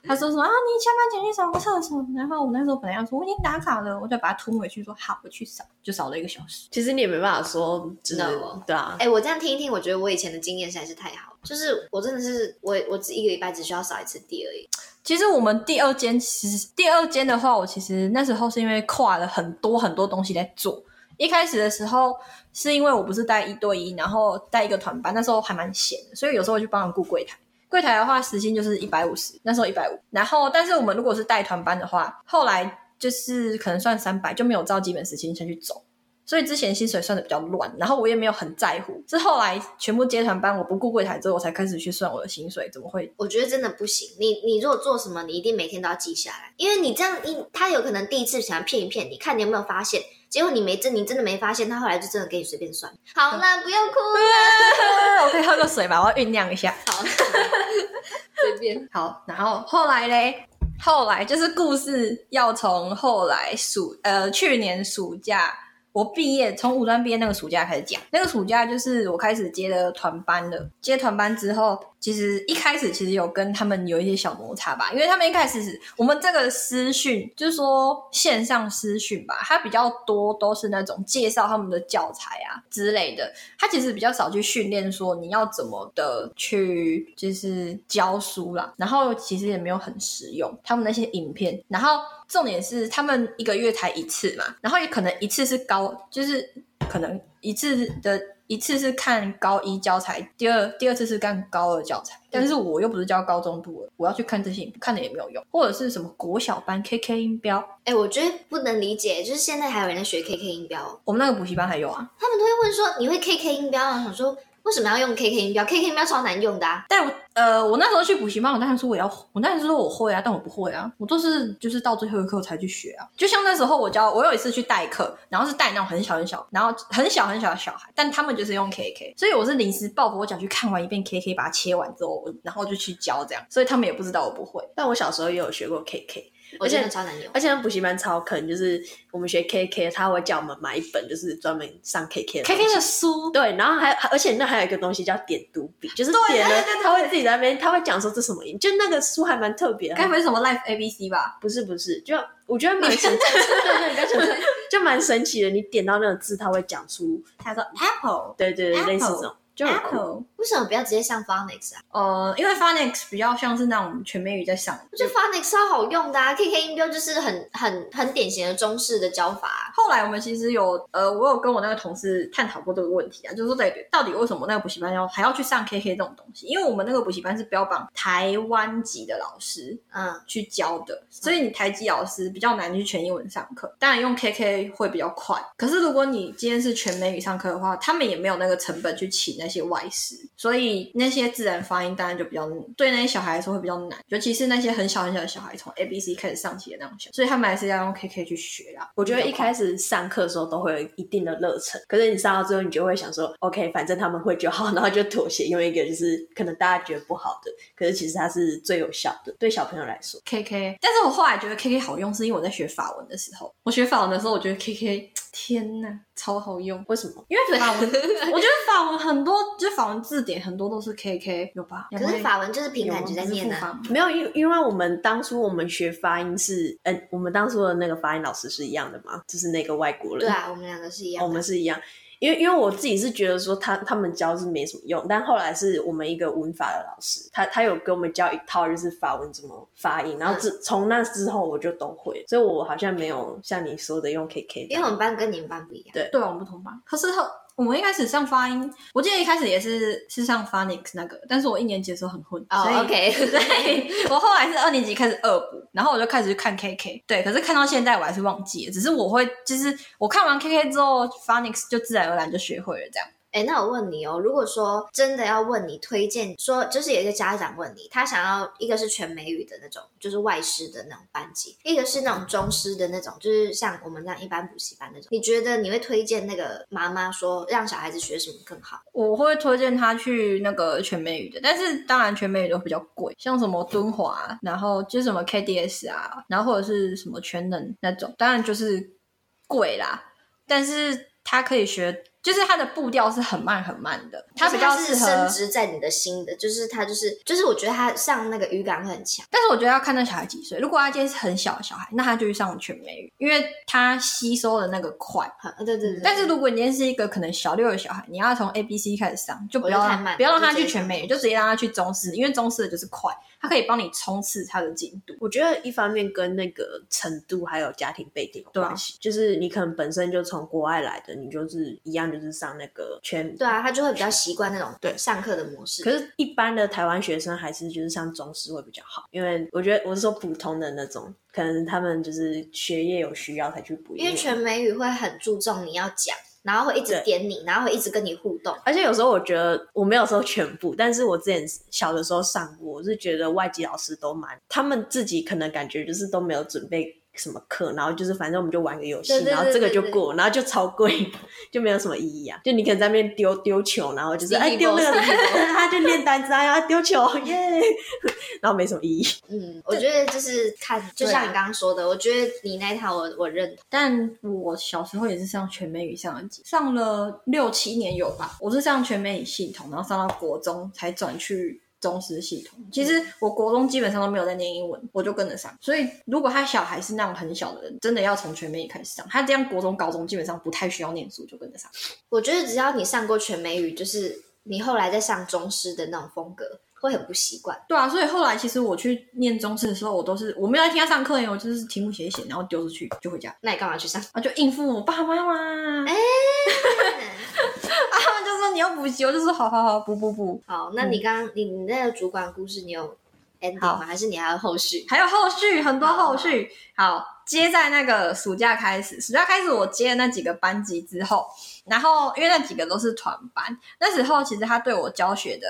C: 他说什么啊，你下班前去扫个厕所。然后我那时候本来要说我已经打卡了，我就把它吞回去说好，我去扫，就扫了一个小时。
A: 其实你也没办法说，就是
B: No
A: 对啊，
B: 哎、我这样听一听，我觉得我以前的经验实在是太好了，就是我真的是我我只一个礼拜只需要扫一次地而已。
C: 其实我们第二间，其实第二间的话，我其实那时候是因为跨了很多很多东西在做。一开始的时候，是因为我不是带一对一，然后带一个团班，那时候还蛮闲的，所以有时候我去帮忙顾柜台。柜台的话，时薪就是一百五十，那时候一百五。然后，但是我们如果是带团班的话，后来就是可能算三百，就没有照基本时薪先去走。所以之前薪水算的比较乱，然后我也没有很在乎。是后来全部接团班，我不顾柜台之后，我才开始去算我的薪水，怎么会
B: 我觉得真的不行，你你如果做什么，你一定每天都要记下来，因为你这样，你他有可能第一次想要骗一骗你，看你有没有发现，结果你没真，你真的没发现，他后来就真的给你随便算。好啦，不 要哭了，
C: 我可以喝个水吧，我要酝酿一下。
B: 好，随便。
C: 好，然后后来嘞，后来就是故事要从后来暑呃去年暑假我毕业，从五专毕业那个暑假开始讲。那个暑假就是我开始接了团班了，接团班之后，其实一开始其实有跟他们有一些小摩擦吧，因为他们一开始是我们这个私讯，就是说线上私讯吧，它比较多都是那种介绍他们的教材啊之类的，他其实比较少去训练说你要怎么的去就是教书啦，然后其实也没有很实用，他们那些影片，然后重点是他们一个月才一次嘛，然后也可能一次是高，就是可能一次的一次是看高一教材，第二第二次是看高二教材，但是我又不是教高中部的，我要去看这些影片，看了也没有用，或者是什么国小班 KK 音标，
B: 哎、我觉得不能理解，就是现在还有人在学 KK 音标哦，
C: 我们那个补习班还有啊，
B: 他们都会问说你会 KK 音标啊吗？我想说为什么要用 KK 音标？KK 音标超难用的啊。
C: 但我呃，我那时候去补习班，我当然说我要，我当然是说我会啊，但我不会啊，我都是就是到最后一刻才去学啊。就像那时候我教，我有一次去代课，然后是带那种很小很小，然后很小很小的小孩，但他们就是用 KK，所以我是临时抱佛脚去看完一遍 KK，把它切完之后，我然后就去教这样，所以他们也不知道我不会。
A: 但我小时候也有学过 KK，
B: 我
A: 而
B: 觉
A: 且
B: 得超难用。
A: 而且他们补习班超坑，就是我们学 KK，他会叫我们买一本就是专门上 KK 的东
C: KK
A: 西
C: 的书，
A: 对，然后还而且那还有一个东西叫点读笔，就是点了他会自己在那边，他会讲说这什么音，就那个书还蛮特别的
C: 该。不会是什么 Life ABC 吧？
A: 不是不是，就我觉得蛮神奇，对对，你不要讲错就蛮神奇的。你点到那个字，他会讲出，
C: 他说 Apple，
A: 对对对，类似这种，就很酷。
C: Apple，
B: 为什么不要直接上 Phonics 啊？
C: 呃，因为 Phonics 比较像是那种全美语在上的，
A: 嗯
B: 我觉得 Phonics 超好用的啊，KK 音标就是很很很典型的中式的教法、啊。
C: 后来我们其实有呃，我有跟我那个同事探讨过这个问题啊，就是说到底到底为什么那个补习班要还要去上 KK 这种东西？因为我们那个补习班是标榜台湾籍的老师
B: 嗯，
C: 去教的，所以你台籍老师比较难去全英文上课，当然用 KK 会比较快。可是如果你今天是全美语上课的话，他们也没有那个成本去请那些外师，所以那些自然发音当然就比较对那些小孩来说会比较难，尤其是那些很小很小的小孩，从 A B C 开始上起的那种小孩，所以他们还是要用 KK 去学啦。
A: 我觉得一
C: 始。
A: 开始上课的时候都会有一定的热忱，可是你上到最后，你就会想说，OK，反正他们会就好， 然后就妥协，因为一个就是可能大家觉得不好的，可是其实它是最有效的，对小朋友来说。
C: K K，但是我后来觉得 K K 好用，是因为我在学法文的时候，我学法文的时候，我觉得 K K，天呐，超好用。
A: 为什么？
C: 因为法文，我觉得法文很多，就是法文字典很多都是 K K，有吧？
B: 可是法文就是凭感觉在念啊。
C: 啊。
A: 没有，因因为我们当初我们学发音是，嗯，我们当初的那个发音老师是一样的嘛，就是那个外国人，
B: 对啊，我们两个是一样的。
A: 哦我们是一样。因为因为我自己是觉得说他他们教是没什么用，但后来是我们一个文法的老师，他他有给我们教一套就是法文怎么发音，然后自从那之后我就都会，所以我好像没有像你说的用 KK 这样。
B: 因为我们班跟你们班不一样。
C: 对，我们不同班。可是后我们一开始上发音，我记得一开始也是是上 phonics 那个，但是我一年级的时候很混，
B: 哦、
C: 所以
B: o k
C: 对，我后来是二年级开始恶补，然后我就开始去看 KK。对，可是看到现在我还是忘记了，只是我会就是我看完 KK 之后，Phonics 就自然而然就学会了这样。
B: 哎、那我问你哦，如果说真的要问你推荐，说就是有一个家长问你，他想要一个是全美语的那种，就是外师的那种班级，一个是那种中师的那种，就是像我们这样一般补习班那种。你觉得你会推荐那个妈妈说让小孩子学什么更好？
C: 我会推荐他去那个全美语的，但是当然全美语都比较贵，像什么敦华，然后就是什么 KDS 啊，然后或者是什么全能那种，当然就是贵啦。但是他可以学就是它的步调是很慢很慢的，它比
B: 是
C: 较
B: 它
C: 适
B: 是
C: 合
B: 升值在你的心的，就是它就是就是我觉得它上那个语感会很强。
C: 但是我觉得要看那小孩几岁。如果他今天是很小的小孩，那他就去上全美语，因为他吸收的那个快。
B: 好，对对对。
C: 嗯但是如果你今天是一个可能小六的小孩，你要从 A B C 开始上，就不要
B: 我就太慢了
C: 不要让他
B: 就直
C: 去
B: 接
C: 全美语，就直接让他去中式，因为中式的就是快，它可以帮你冲刺他的进度。
A: 我觉得一方面跟那个程度还有家庭背景有
C: 对啊
A: 关系，就是你可能本身就从国外来的，你就是一样就是上那个全
B: 对啊，他就会比较习惯那种
A: 对
B: 上课的模式。
A: 可是，一般的台湾学生还是就是上中师会比较好，因为我觉得我是说普通的那种，可能他们就是学业有需要才去补
B: 因
A: 英文。
B: 为全美语会很注重你要讲，然后会一直
A: 对
B: 点你，然后会一直跟你互动。
A: 而且有时候我觉得我没有说全部，但是我之前小的时候上过，我是觉得外籍老师都蛮，他们自己可能感觉就是都没有准备什么课，然后就是反正我们就玩个游戏，
B: 对对对
A: 然后这个就
B: 对对
A: 过，然后就超贵，就没有什么意义啊。就你可能在那边丢丢球，然后就是
C: 立
A: 哎
C: 立
A: 丢那个，
C: 波
A: 他就练单词啊，然后丢球耶， 然后没什么意义。
B: 嗯，我觉得就是看，就
C: 对啊
B: 像你刚刚说的，我觉得你那一套我我认同。
C: 但我小时候也是上全美语上了几，上了六七年有吧。我是上全美语系统，然后上到国中才转去中师系统。其实我国中基本上都没有在念英文，我就跟得上。所以如果他小孩是那种很小的人，真的要从全美语开始上，他这样国中、高中基本上不太需要念书就跟得上。
B: 我觉得只要你上过全美语，就是你后来再上中师的那种风格，会很不习惯。
C: 对啊，所以后来其实我去念中师的时候，我都是我没有在听他上课耶，我就是题目写一写，然后丢出去就回家，
B: 那你干嘛去上？
C: 然后就应付我爸妈嘛。
B: 哎
C: 啊，他们就说你要补习，我就说好好好，补补补。
B: 好，那你刚刚你你那个主管故事，你有 ending
C: 好
B: 吗？还是你还有后续？
C: 还有后续很多后续。好，接在那个暑假开始，暑假开始我接了那几个班级之后，然后因为那几个都是团班，那时候其实他对我教学的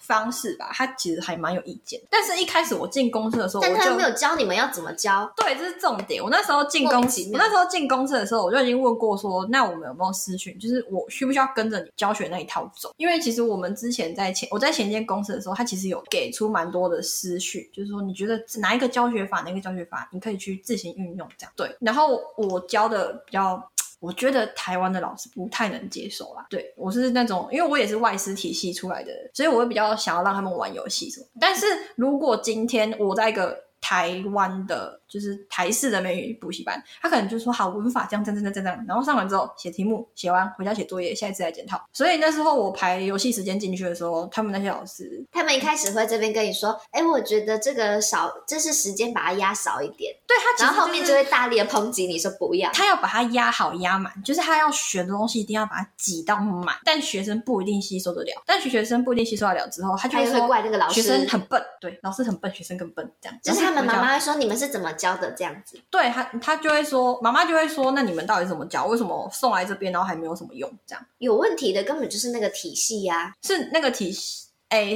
C: 方式吧，他其实还蛮有意见。但是一开始我进公司的时候，我
B: 但他又没
C: 就
B: 有教你们要怎么教，
C: 对，这是重点。我那时候进
B: 莫
C: 公
B: 名
C: 司
B: 其，
C: 我
B: 妙
C: 那时候进公司的时候，我就已经问过说，那我们有没有私讯？就是我需不需要跟着你教学那一套走？因为其实我们之前在前我在前间公司的时候，他其实有给出蛮多的私讯，就是说你觉得哪一个教学法，哪一个教学法，你可以去自行运用这样。对，然后我教的比较。我觉得台湾的老师不太能接受啦。对我是那种，因为我也是外师体系出来的，所以我会比较想要让他们玩游戏什么。但是如果今天我在一个台湾的，就是台式的美语补习班，他可能就说好文法这样这样这样这样这样，然后上完之后写题目，写完回家写作业，下一次来检讨。所以那时候我排游戏时间进去的时候，他们那些老师
B: 他们一开始会这边跟你说，哎，我觉得这个少，这是时间把它压少一点，
C: 对他其实、
B: 然后后面就会大力的抨击你说不要。
C: 他要把它压好压满，就是他要学的东西一定要把它挤到满，但学生不一定吸收得了，但学生不一定吸收得了之后，他就
B: 他也
C: 说
B: 会怪那个老师
C: 学生很笨，对，老师很笨，学生更笨，这样。
B: 就是他们
C: 老
B: 妈
C: 师不会教，
B: 妈会说你们是怎么教的这样子，
C: 对他他就会说，妈妈就会说，那你们到底怎么教？为什么送来这边然后还没有什么用？这样
B: 有问题的根本就是那个体系呀、
C: 是那个体系，哎。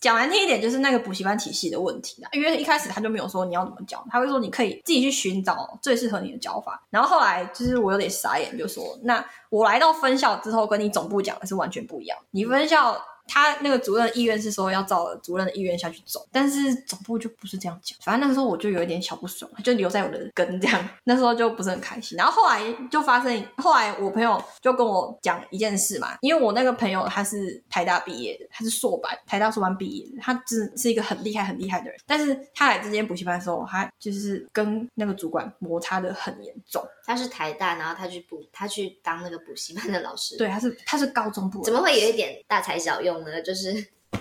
C: 讲难听一点，就是那个补习班体系的问题啦。因为一开始他就没有说你要怎么教，他会说你可以自己去寻找最适合你的教法。然后后来就是我有点傻眼，就说那我来到分校之后，跟你总部讲的是完全不一样。你分校他那个主任的意愿是说要照主任的意愿下去走，但是总部就不是这样讲。反正那个时候我就有一点小不爽，就留在我的根这样。 那时候就不是很开心。然后后来就发生，后来我朋友就跟我讲一件事嘛，因为我那个朋友他是台大毕业的，他是硕班，台大硕班毕业的，他真的是一个很厉害很厉害的人。但是他来这间补习班的时候，他就是跟那个主管摩擦的很严重。
B: 他是台大，然后他去补，他去当那个补习班的老师，，
C: 对，他是他是高中部的，
B: 怎么会有一点大材小用呢？就是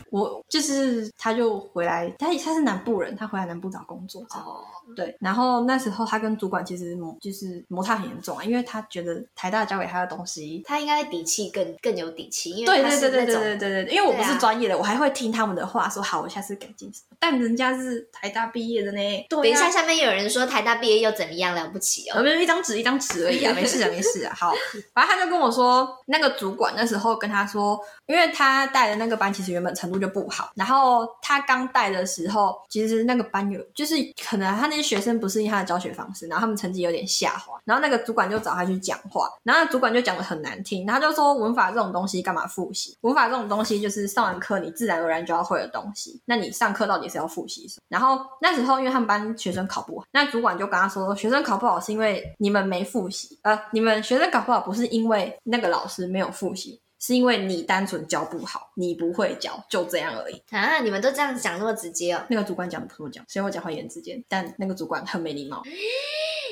C: 我就是，他就回来，他他是南部人，他回来南部找工作这样，
B: 哦，
C: 对。然后那时候他跟主管其实摩就是摩擦很严重啊，因为他觉得台大教给他的东西，
B: 他应该底气更更有底气，因为
C: 对
B: 他
C: 对
B: 是
C: 对
B: 那
C: 对
B: 种
C: 对对对对，因为我
B: 对
C: 不
B: 啊
C: 是专业的，我还会听他们的话，说好，我下次改进什么。但人家是台大毕业的呢，
B: 等
C: 对
B: 一
C: 啊呀、
B: 下，下面有人说台大毕业又怎么样了不起
C: 我
B: 哦？
C: 呃们一张纸一张纸而已啊，没事啊，没事啊。好，反正他就跟我说，那个主管那时候跟他说，因为他带的那个班其实原本程度就就不好。然后他刚带的时候，其实那个班有就是可能他那些学生不适应他的教学方式，然后他们成绩有点下滑，然后那个主管就找他去讲话，然后主管就讲的很难听，然后就说文法这种东西干嘛复习？文法这种东西就是上完课你自然而然就要会的东西，那你上课到底是要复习什么？然后那时候因为他们班学生考不好，那主管就跟他说，学生考不好是因为你们没复习，呃，你们学生考不好不是因为那个老师没有复习。是因为你单纯教不好，你不会教，就这样而已。
B: 啊，你们都这样讲那么直接哦。
C: 那个主管讲不这么讲，所以我讲话言之间，但那个主管很 没礼貌，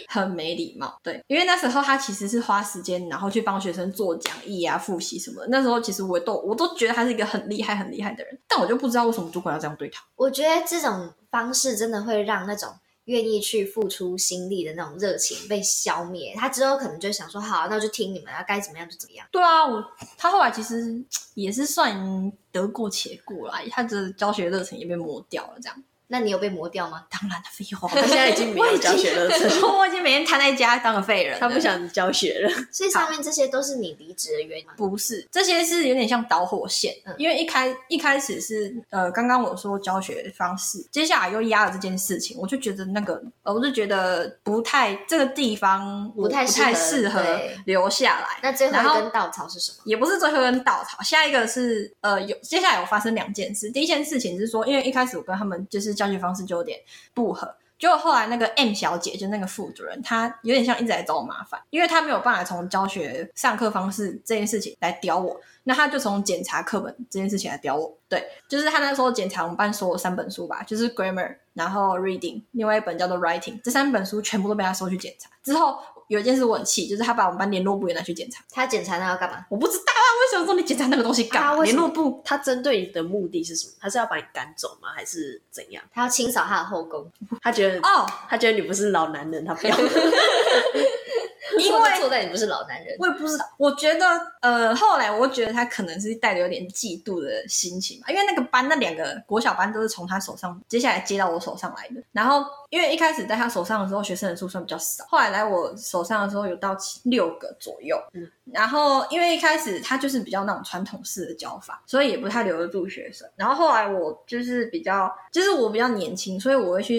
C: 很没礼貌。对，因为那时候他其实是花时间，然后去帮学生做讲义啊、复习什么的。那时候其实我都我都觉得他是一个很厉害、很厉害的人，但我就不知道为什么主管要这样对他。
B: 我觉得这种方式真的会让那种。愿意去付出心力的那种热情被消灭，他之后可能就想说，好，那就听你们，啊，该怎么样就怎么样。
C: 对啊，我他后来其实也是算得过且过啦，他的教学热情也被磨掉了，这样。
B: 那你有被磨掉吗？
C: 当然的，废话，
A: 他现在已经没有教 学热情，
C: 我已经每天瘫在家当个废人了，
A: 他不想教学了。
B: 所以上面这些都是你离职的原因吗？
C: 不是，这些是有点像导火线，
B: 嗯
C: 因为一开一开始是呃，刚刚我说教学方式，接下来又压了这件事情，我就觉得那个，呃，我就觉得不太这个地方我
B: 不太
C: 不
B: 适合
C: 太适合
B: 对
C: 留下来。
B: 那最后
C: 然后
B: 一根稻草是什么？
C: 也不是最后一根稻草，下一个是呃有接下来有发生两件事。第一件事情是说，因为一开始我跟他们就是教学方式就有点不合，结果后来那个 M 小姐就那个副主任，她有点像一直来找我麻烦，因为她没有办法从教学上课方式这件事情来刁我，那她就从检查课本这件事情来刁我。对，就是她那时候检查我们班所有三本书吧，就是 grammar，然后 reading，另外一本叫做 writing，这三本书全部都被她收去检查。之后有一件事我很气，就是她把我们班联络部也拿去检查。
B: 他检查那要干嘛？
C: 我不知道啊，为什么说你检查那个东西干
A: 啊
C: 嘛？
A: 为什
C: 联
A: 么
C: 络部
A: 他针对你的目的是什么？他是要把你赶走吗？还是怎样？
B: 他要清扫他的后宫。
A: 他觉得
C: 哦，
A: 他觉得你不是老男人，他不要。
C: 因
B: 错就
C: 为
B: 错在你不是老男人。
C: 我也不知道，我觉得呃，后来我觉得他可能是带着有点嫉妒的心情吧，因为那个班那两个国小班都是从他手上接下来接到我手上来的，然后因为一开始在他手上的时候学生人数算比较少，后来来我手上的时候有到七六个左右，然后因为一开始他就是比较那种传统式的教法，所以也不太留得住学生。然后后来我就是比较，就是我比较年轻，所以我会去，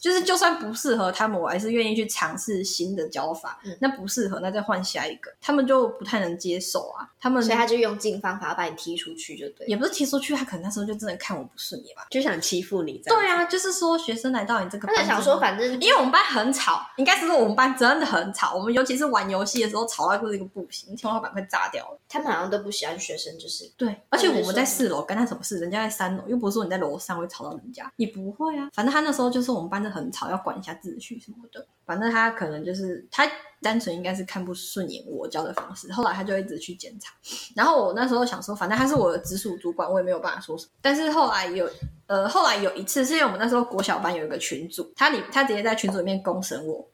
C: 就是就算不适合他们，我还是愿意去尝试新的教法。
B: 嗯
C: 那不适合，那再换下一个，他们就不太能接受啊。他们
B: 所以他就用尽方法把你踢出去，就对
C: 也
B: 了。
C: 不是踢出去，他可能那时候就真的看我不顺眼吧。
A: 就想欺负你这样。
C: 对啊，就是说学生来到你这个
B: 他
C: 班之
B: 在想
C: 后，
B: 说，反正
C: 因为我们班很吵，应该是说我们班真的很吵。我们尤其是玩游戏的时候，吵到就是一个不行，天花板快炸掉了。
B: 他们好像都不喜欢学生，就是
C: 对，而且
B: 或者
C: 我们
B: 说
C: 在四楼，干他什么事？人家在三楼，又不是说你在楼上会吵到人家，你不会啊。反正他那时候就是我们班的很吵，要管一下秩序什么的。反正他可能就是他单纯应该是看不顺眼我教的方式，后来他就一直去检查。然后我那时候想说，反正他是我的直属主管，我也没有办法说什么。但是后来有呃，后来有一次是因为我们那时候国小班有一个群组，他里他直接在群组里面公审我，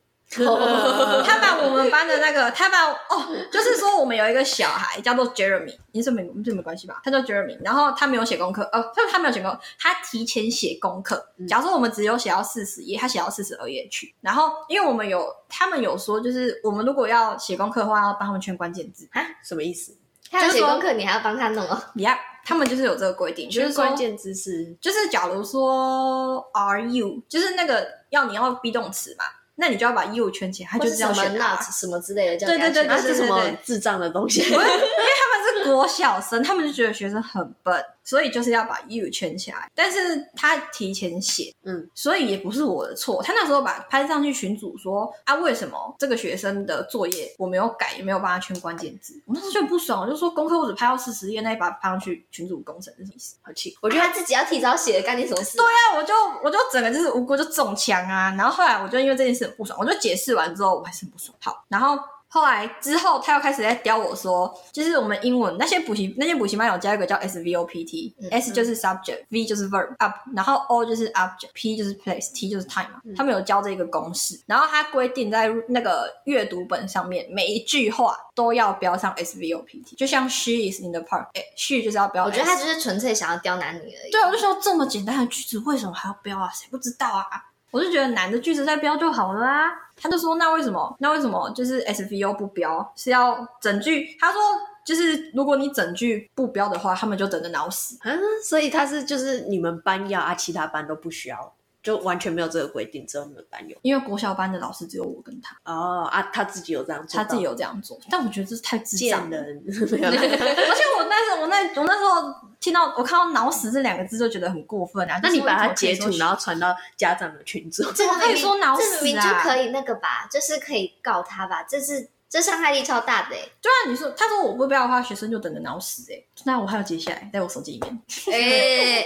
C: 啊 他把 我们班的那个，他把哦，就是说我们有一个小孩叫做 Jeremy，你是没这没关系吧？他叫 Jeremy，然后他没有写功课，呃，他他没有写功课，他提前写功课。假如说我们只有写到四十页，他写到四十二页去。然后因为我们有他们有说，就是我们如果要写功课的话，要帮他们圈关键字。
A: 啊什么意思？
B: 他要
C: 就是
B: 写
C: 说
B: 功课，你还要帮他弄哦。
C: Yeah，他们就是有这个规定，就是说
A: 关键字是
C: 就是假如说 are you，就是那个要你要 be 动词嘛，那你就要把 you 圈起来，他
B: 或
C: 就是
B: 什
C: 这样
B: 么
C: 选
B: not
C: R
B: 什么之类的，叫
C: 对
B: 人家
C: 对
B: 去
A: 啊
C: 对
A: 是什么智障的东西？
C: 他们是国小生，他们就觉得学生很笨，所以就是要把 you 圈起来。但是他提前写，
A: 嗯，
C: 所以也不是我的错。他那时候把拍上去群主说啊，为什么这个学生的作业我没有改，也没有帮他圈关键字？我那时候就很不爽，我就说功课我只拍到四十页，那你把它拍上去群主工程是什么意思？
A: 好气！
B: 我觉得他自己要提早写，干你什么事？对，
C: 那我就我就整个就是无辜就中枪啊。然后后来我就因为这件事很不爽，我就解释完之后我还是很不爽。好，然后。后来之后，他又开始在刁我说，就是我们英文那些补习那些补习班有加一个叫 S V O P
B: 嗯
C: T，S、S 就是 subject，V 就是 verb up，然后 O 就是 object，P 就是 place，T 就是 time
B: 嗯
C: 嘛。他们有教这个公式，然后他规定在那个阅读本上面每一句话都要标上 S V O P T，就像 she is in the park，she 就是要标 S。
B: 我觉得他就是纯粹想要刁难你而已。
C: 啊对，啊我就说这么简单的句子为什么还要标啊？谁不知道啊？我就觉得难的句子再标就好了啊。他就说那为什么？那为什么就是 SVO 不标是要整句？他说就是如果你整句不标的话，他们就等着挠死。
A: 啊，所以他是就是你们班要啊，其他班都不需要，就完全没有这个规定，只有你们班有。
C: 因为国小班的老师只有我跟他，
A: 哦啊，他自己有这样做
C: 他
A: 到，
C: 自己有这样做，但我觉得这是太智障
A: 贱
C: 了。
A: 人， 没有
C: 而
A: 啦
C: 且我那时我那我那时候听到我看到“挠死”这两个字就觉得很过分啊！
A: 那你
C: 就是
A: 把它
C: 为什么可
A: 截
C: 以说
A: 图，然后传到家长的群组，
B: 这个
C: 可以
B: 明明
C: 说脑
B: 这
C: 死
B: 明明就
C: 啊
B: 可以那个吧，就是可以告他吧，这是这伤害力超大 的欸
C: 对啊，你说他说我不标的话，学生就等着挠死哎、欸。那我还要截下来，在我手机里面，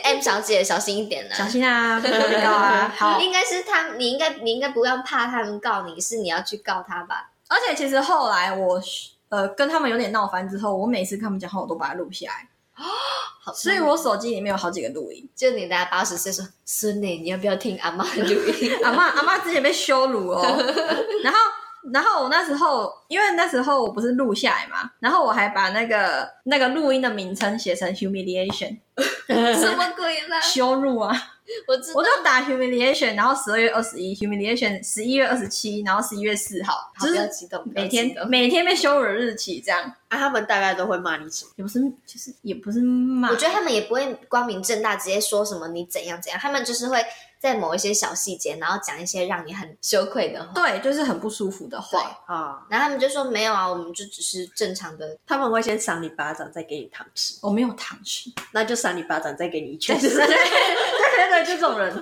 B: 哎、m 小姐小心一点呢、
C: 小心啊，不要被告 啊。好，
B: 应该是他，你应该你应该不要怕他们告你，是你要去告他吧？
C: 而且其实后来我呃跟他们有点闹翻之后，我每次跟他们讲话，我都把它录
B: 嗯
C: 下来，
B: 好，
C: 所以我手机里面有好几个录音。
B: 就你拿八十岁说孙女，你要不要听阿妈 的录音？
C: 阿妈阿妈之前被羞 辱哦，然后然后我那时候因为那时候我不是录下来嘛，然后我还把那个那个录音的名称写成 humiliation
A: 啊
B: 什么鬼啦？
C: 羞辱啊，
B: 我知道
C: 我，就打 humiliation，然后十二月二十一 humiliation，十一月二十七，然后十一月四号，
B: 好
C: 就
B: 不要
C: 是
B: 激动，不要激
C: 每天
B: 动
C: 每天被羞辱的日期这样，
A: 啊，他们大概都会骂你什么？
C: 也不是其实也不是骂，
B: 我觉得他们也不会光明正大直接说什么你怎样怎样，他们就是会在某一些小细节，然后讲一些让你很羞愧的话。
C: 对，就是很不舒服的话。
A: 啊，
B: 然后他们就说没有啊，我们就只是正常的。
A: 他们会先赏你巴掌，再给你糖吃，
C: 我没有糖吃，
A: 那就赏你巴掌，再给你一拳。
C: 对对对
A: 对，这种人，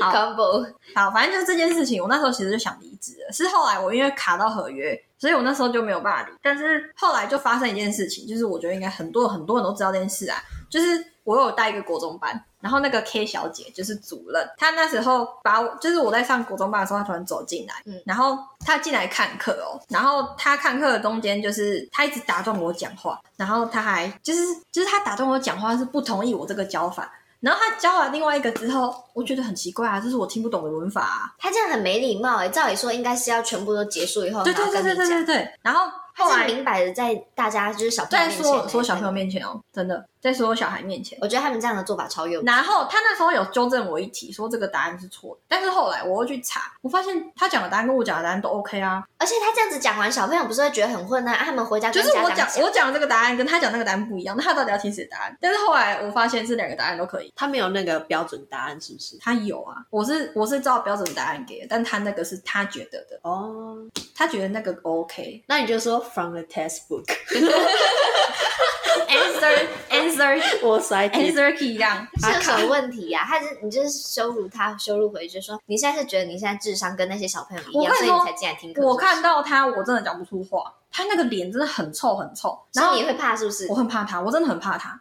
C: 好
B: combo，
C: 好，反正就是这件事情，我那时候其实就想离职了，是后来我因为卡到合约，所以我那时候就没有办法离。但是后来就发生一件事情，就是我觉得应该很多很多人都知道这件事啊，就是我有带一个国中班，然后那个 K 小姐就是主任，她那时候把我，就是我在上国中班的时候，她突然走进来，
B: 嗯
C: 然后她进来看课哦，然后她看课的中间就是她一直打断我讲话，然后她还就是就是她打断我讲话是不同意我这个教法。然后她教完另外一个之后，我觉得很奇怪啊，这是我听不懂的文法啊。
B: 他这样很没礼貌哎、照理说应该是要全部都结束以后，
C: 对对
B: 然后跟
C: 对对
B: 你
C: 对
B: 讲。
C: 对对。然后
B: 他
C: 后
B: 是
C: 来
B: 明摆的在大家就是小朋友
C: 在
B: 面前
C: 所有所有
B: 欸
C: 小朋友，面前哦，真的在所有小孩面前。哦
B: 我觉得他们这样的做法超幼稚。
C: 然后他那时候有纠正我一题，说这个答案是错的。但是后来我又去查，我发现他讲的答案跟我讲的答案都 OK 啊，
B: 而且他这样子讲完，小朋友不是会觉得很混乱，啊、他们回家
C: 就
B: 跟
C: 是
B: 家
C: 我
B: 长
C: 讲我讲的这个答案跟他讲那个答案不一样，那他到底要听谁的答案？但是后来我发现这两个答案都可以。
A: 他没有那个标准答案，是不是？
C: 他有啊，我是我是照标准答案给的，但他那个是他觉得的，
A: 哦，
C: 他觉得那个 OK。
A: 那你就说 from the textbook，
C: Answer answer
A: 我塞
C: answer key 这样，
B: 是啊有什么问题呀、他是你就是羞辱他，羞辱回去说你现在是觉得你现在智商跟那些小朋友一
C: 我
B: 样，
C: 看
B: 所以
C: 说
B: 你才进来听课。
C: 我看，到他，我真的讲不出话，他那个脸真的很臭很臭，
B: 然
C: 然
B: 后
C: 后
B: 你也会怕是不是？
C: 我
B: 我
C: 很怕他，我真的很怕他。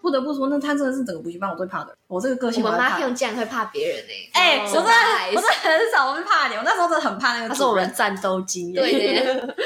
C: 不得不说，那他真的是整个补习班我最怕的，我这个个性我
B: 们
C: 很怕
B: 妈。用这样会怕别人哎、
C: 哎、我真
B: 真的还
C: 的我真的很少会怕你，我那时候真的很怕那
A: 他
C: 个
A: 是我
C: 主
A: 们
C: 人。
A: 战斗机耶，
B: 对的，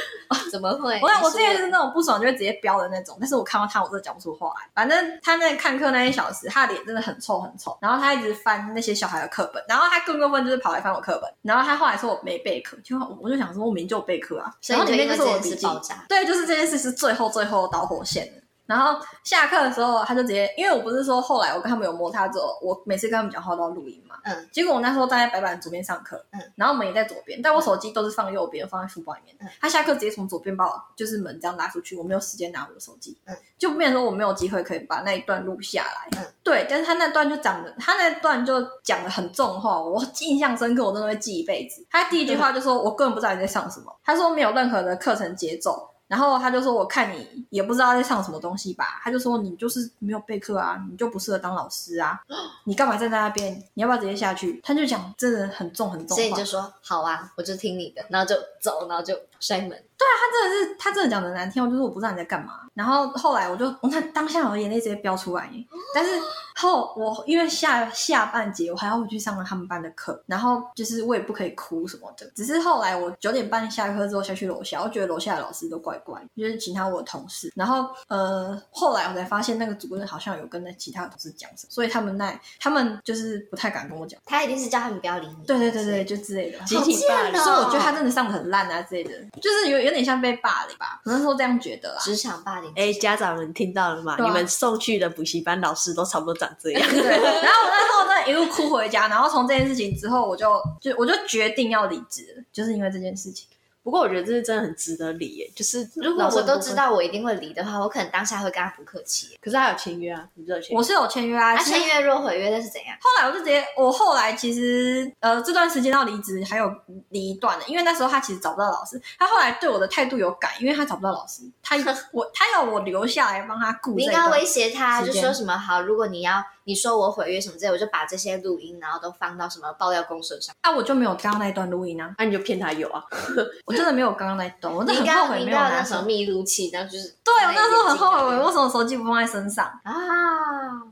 B: 怎么会？
C: 我我
B: 你
C: 之
B: 是
C: 前是那种不爽就会直接飙的那种，但是我看到他我真的讲不出话来。反正他那看课那一小时，他的脸真的很臭很臭，然后他一直翻那些小孩的课本，然后他更过分就是跑来翻我课本，然后他后来说我没备课，就我就想说我明明就有备课啊，
B: 所
C: 然
B: 以
C: 后
B: 你就
C: 里
B: 因
C: 面就
B: 为这
C: 是我的
B: 件
C: 笔
B: 事
C: 记
B: 爆炸。
C: 对，就是这件事是最后最后的导火线了。然后下课的时候，他就直接，因为我不是说后来我跟他们有摩擦之后，我每次跟他们讲话都要录音嘛。
B: 嗯。
C: 结果我那时候站在白板左边上课，
B: 嗯，
C: 然后我们也在左边，但我手机都是放右边，放在书包里面。
B: 嗯
C: 他下课直接从左边把我就是门这样拉出去，我没有时间拿我的手机，
B: 嗯，
C: 就变成说我没有机会可以把那一段录下来。
B: 嗯，
C: 对，但是他那段就讲的，他那段就讲的很重的话，我印象深刻，我真的会记一辈子。他第一句话就说：“我根本不知道你在上什么。”他说没有任何的课程节奏，然后他就说：“我看你也不知道在上什么东西吧？”他就说：“你就是没有备课啊，你就不适合当老师啊，
B: 哦
C: 你干嘛站在那边？你要不要直接下去？”他就讲真的很重很重
B: 所以
C: 的
B: 你
C: 话，
B: 就说好啊，我就听你的，然后就走，然后就摔门。
C: 他真的是他真的讲的难听，我哦就是我不知道你在干嘛。然后后来我就我那当下我眼泪直接飙出来耶，但是后我因为下下半节我还要回去上了他们班的课，然后就是我也不可以哭什么的。只是后来我九点半下课之后下去楼下，我觉得楼下的老师都怪怪，就是其他我的同事。然后呃后来我才发现那个主任好像有跟那其他同事讲什么，所以他们那他们就是不太敢跟我讲。
B: 他一定哦是叫他们不要理你。
C: 对对对对，就之类的。
A: 集体霸
B: 好
A: 凌
B: 贱哦
C: 所以我觉得他真的上的很烂啊之类的，就是有有点像被霸凌吧，我那时候这样觉得啦。
B: 职场霸凌。
A: 哎，家长们听到了吗？
C: 对啊
A: 你们送去的补习班老师都差不多长这 样。
C: 对，然后我那时候真的一路哭回家，然后从这件事情之后，我就就我就决定要离职了，就是因为这件事情。
A: 不过我觉得这是真的很值得理耶，就是
B: 如果我
A: 们
B: 都
A: 不
B: 知
A: 会，
B: 道我一定会离的话，我可能当下会跟他不客气。
A: 可是他有签约啊，你不是有签约？
C: 我是有签约啊，
B: 他
C: 其实
B: 签约若毁约，那是怎样？
C: 后来我就直接，我后来其实呃这段时间到离职还有离一段的，因为那时候他其实找不到老师，他后来对我的态度有改，因为他找不到老师，他 我他要我留下来帮他顾
B: 你应
C: 这个。
B: 该威胁他，
C: 时
B: 就
C: 间
B: 说什么好，如果你要你说我毁约什么之类，我就把这些录音，然后都放到什么爆料公社上。
C: 啊，我就没有刚刚那一段录音啊，
A: 那、你就骗他有啊，
C: 我真的没有刚刚那一段，我真
B: 你
C: 的
B: 应
C: 很
B: 该你
C: 后悔
B: 应
C: 没
B: 该
C: 有
B: 有
C: 拿
B: 那
C: 手
B: 什么密录器，然后就是
C: 对我那时候很后悔，我为
B: 我
C: 什么手机不放在身上？
B: 啊。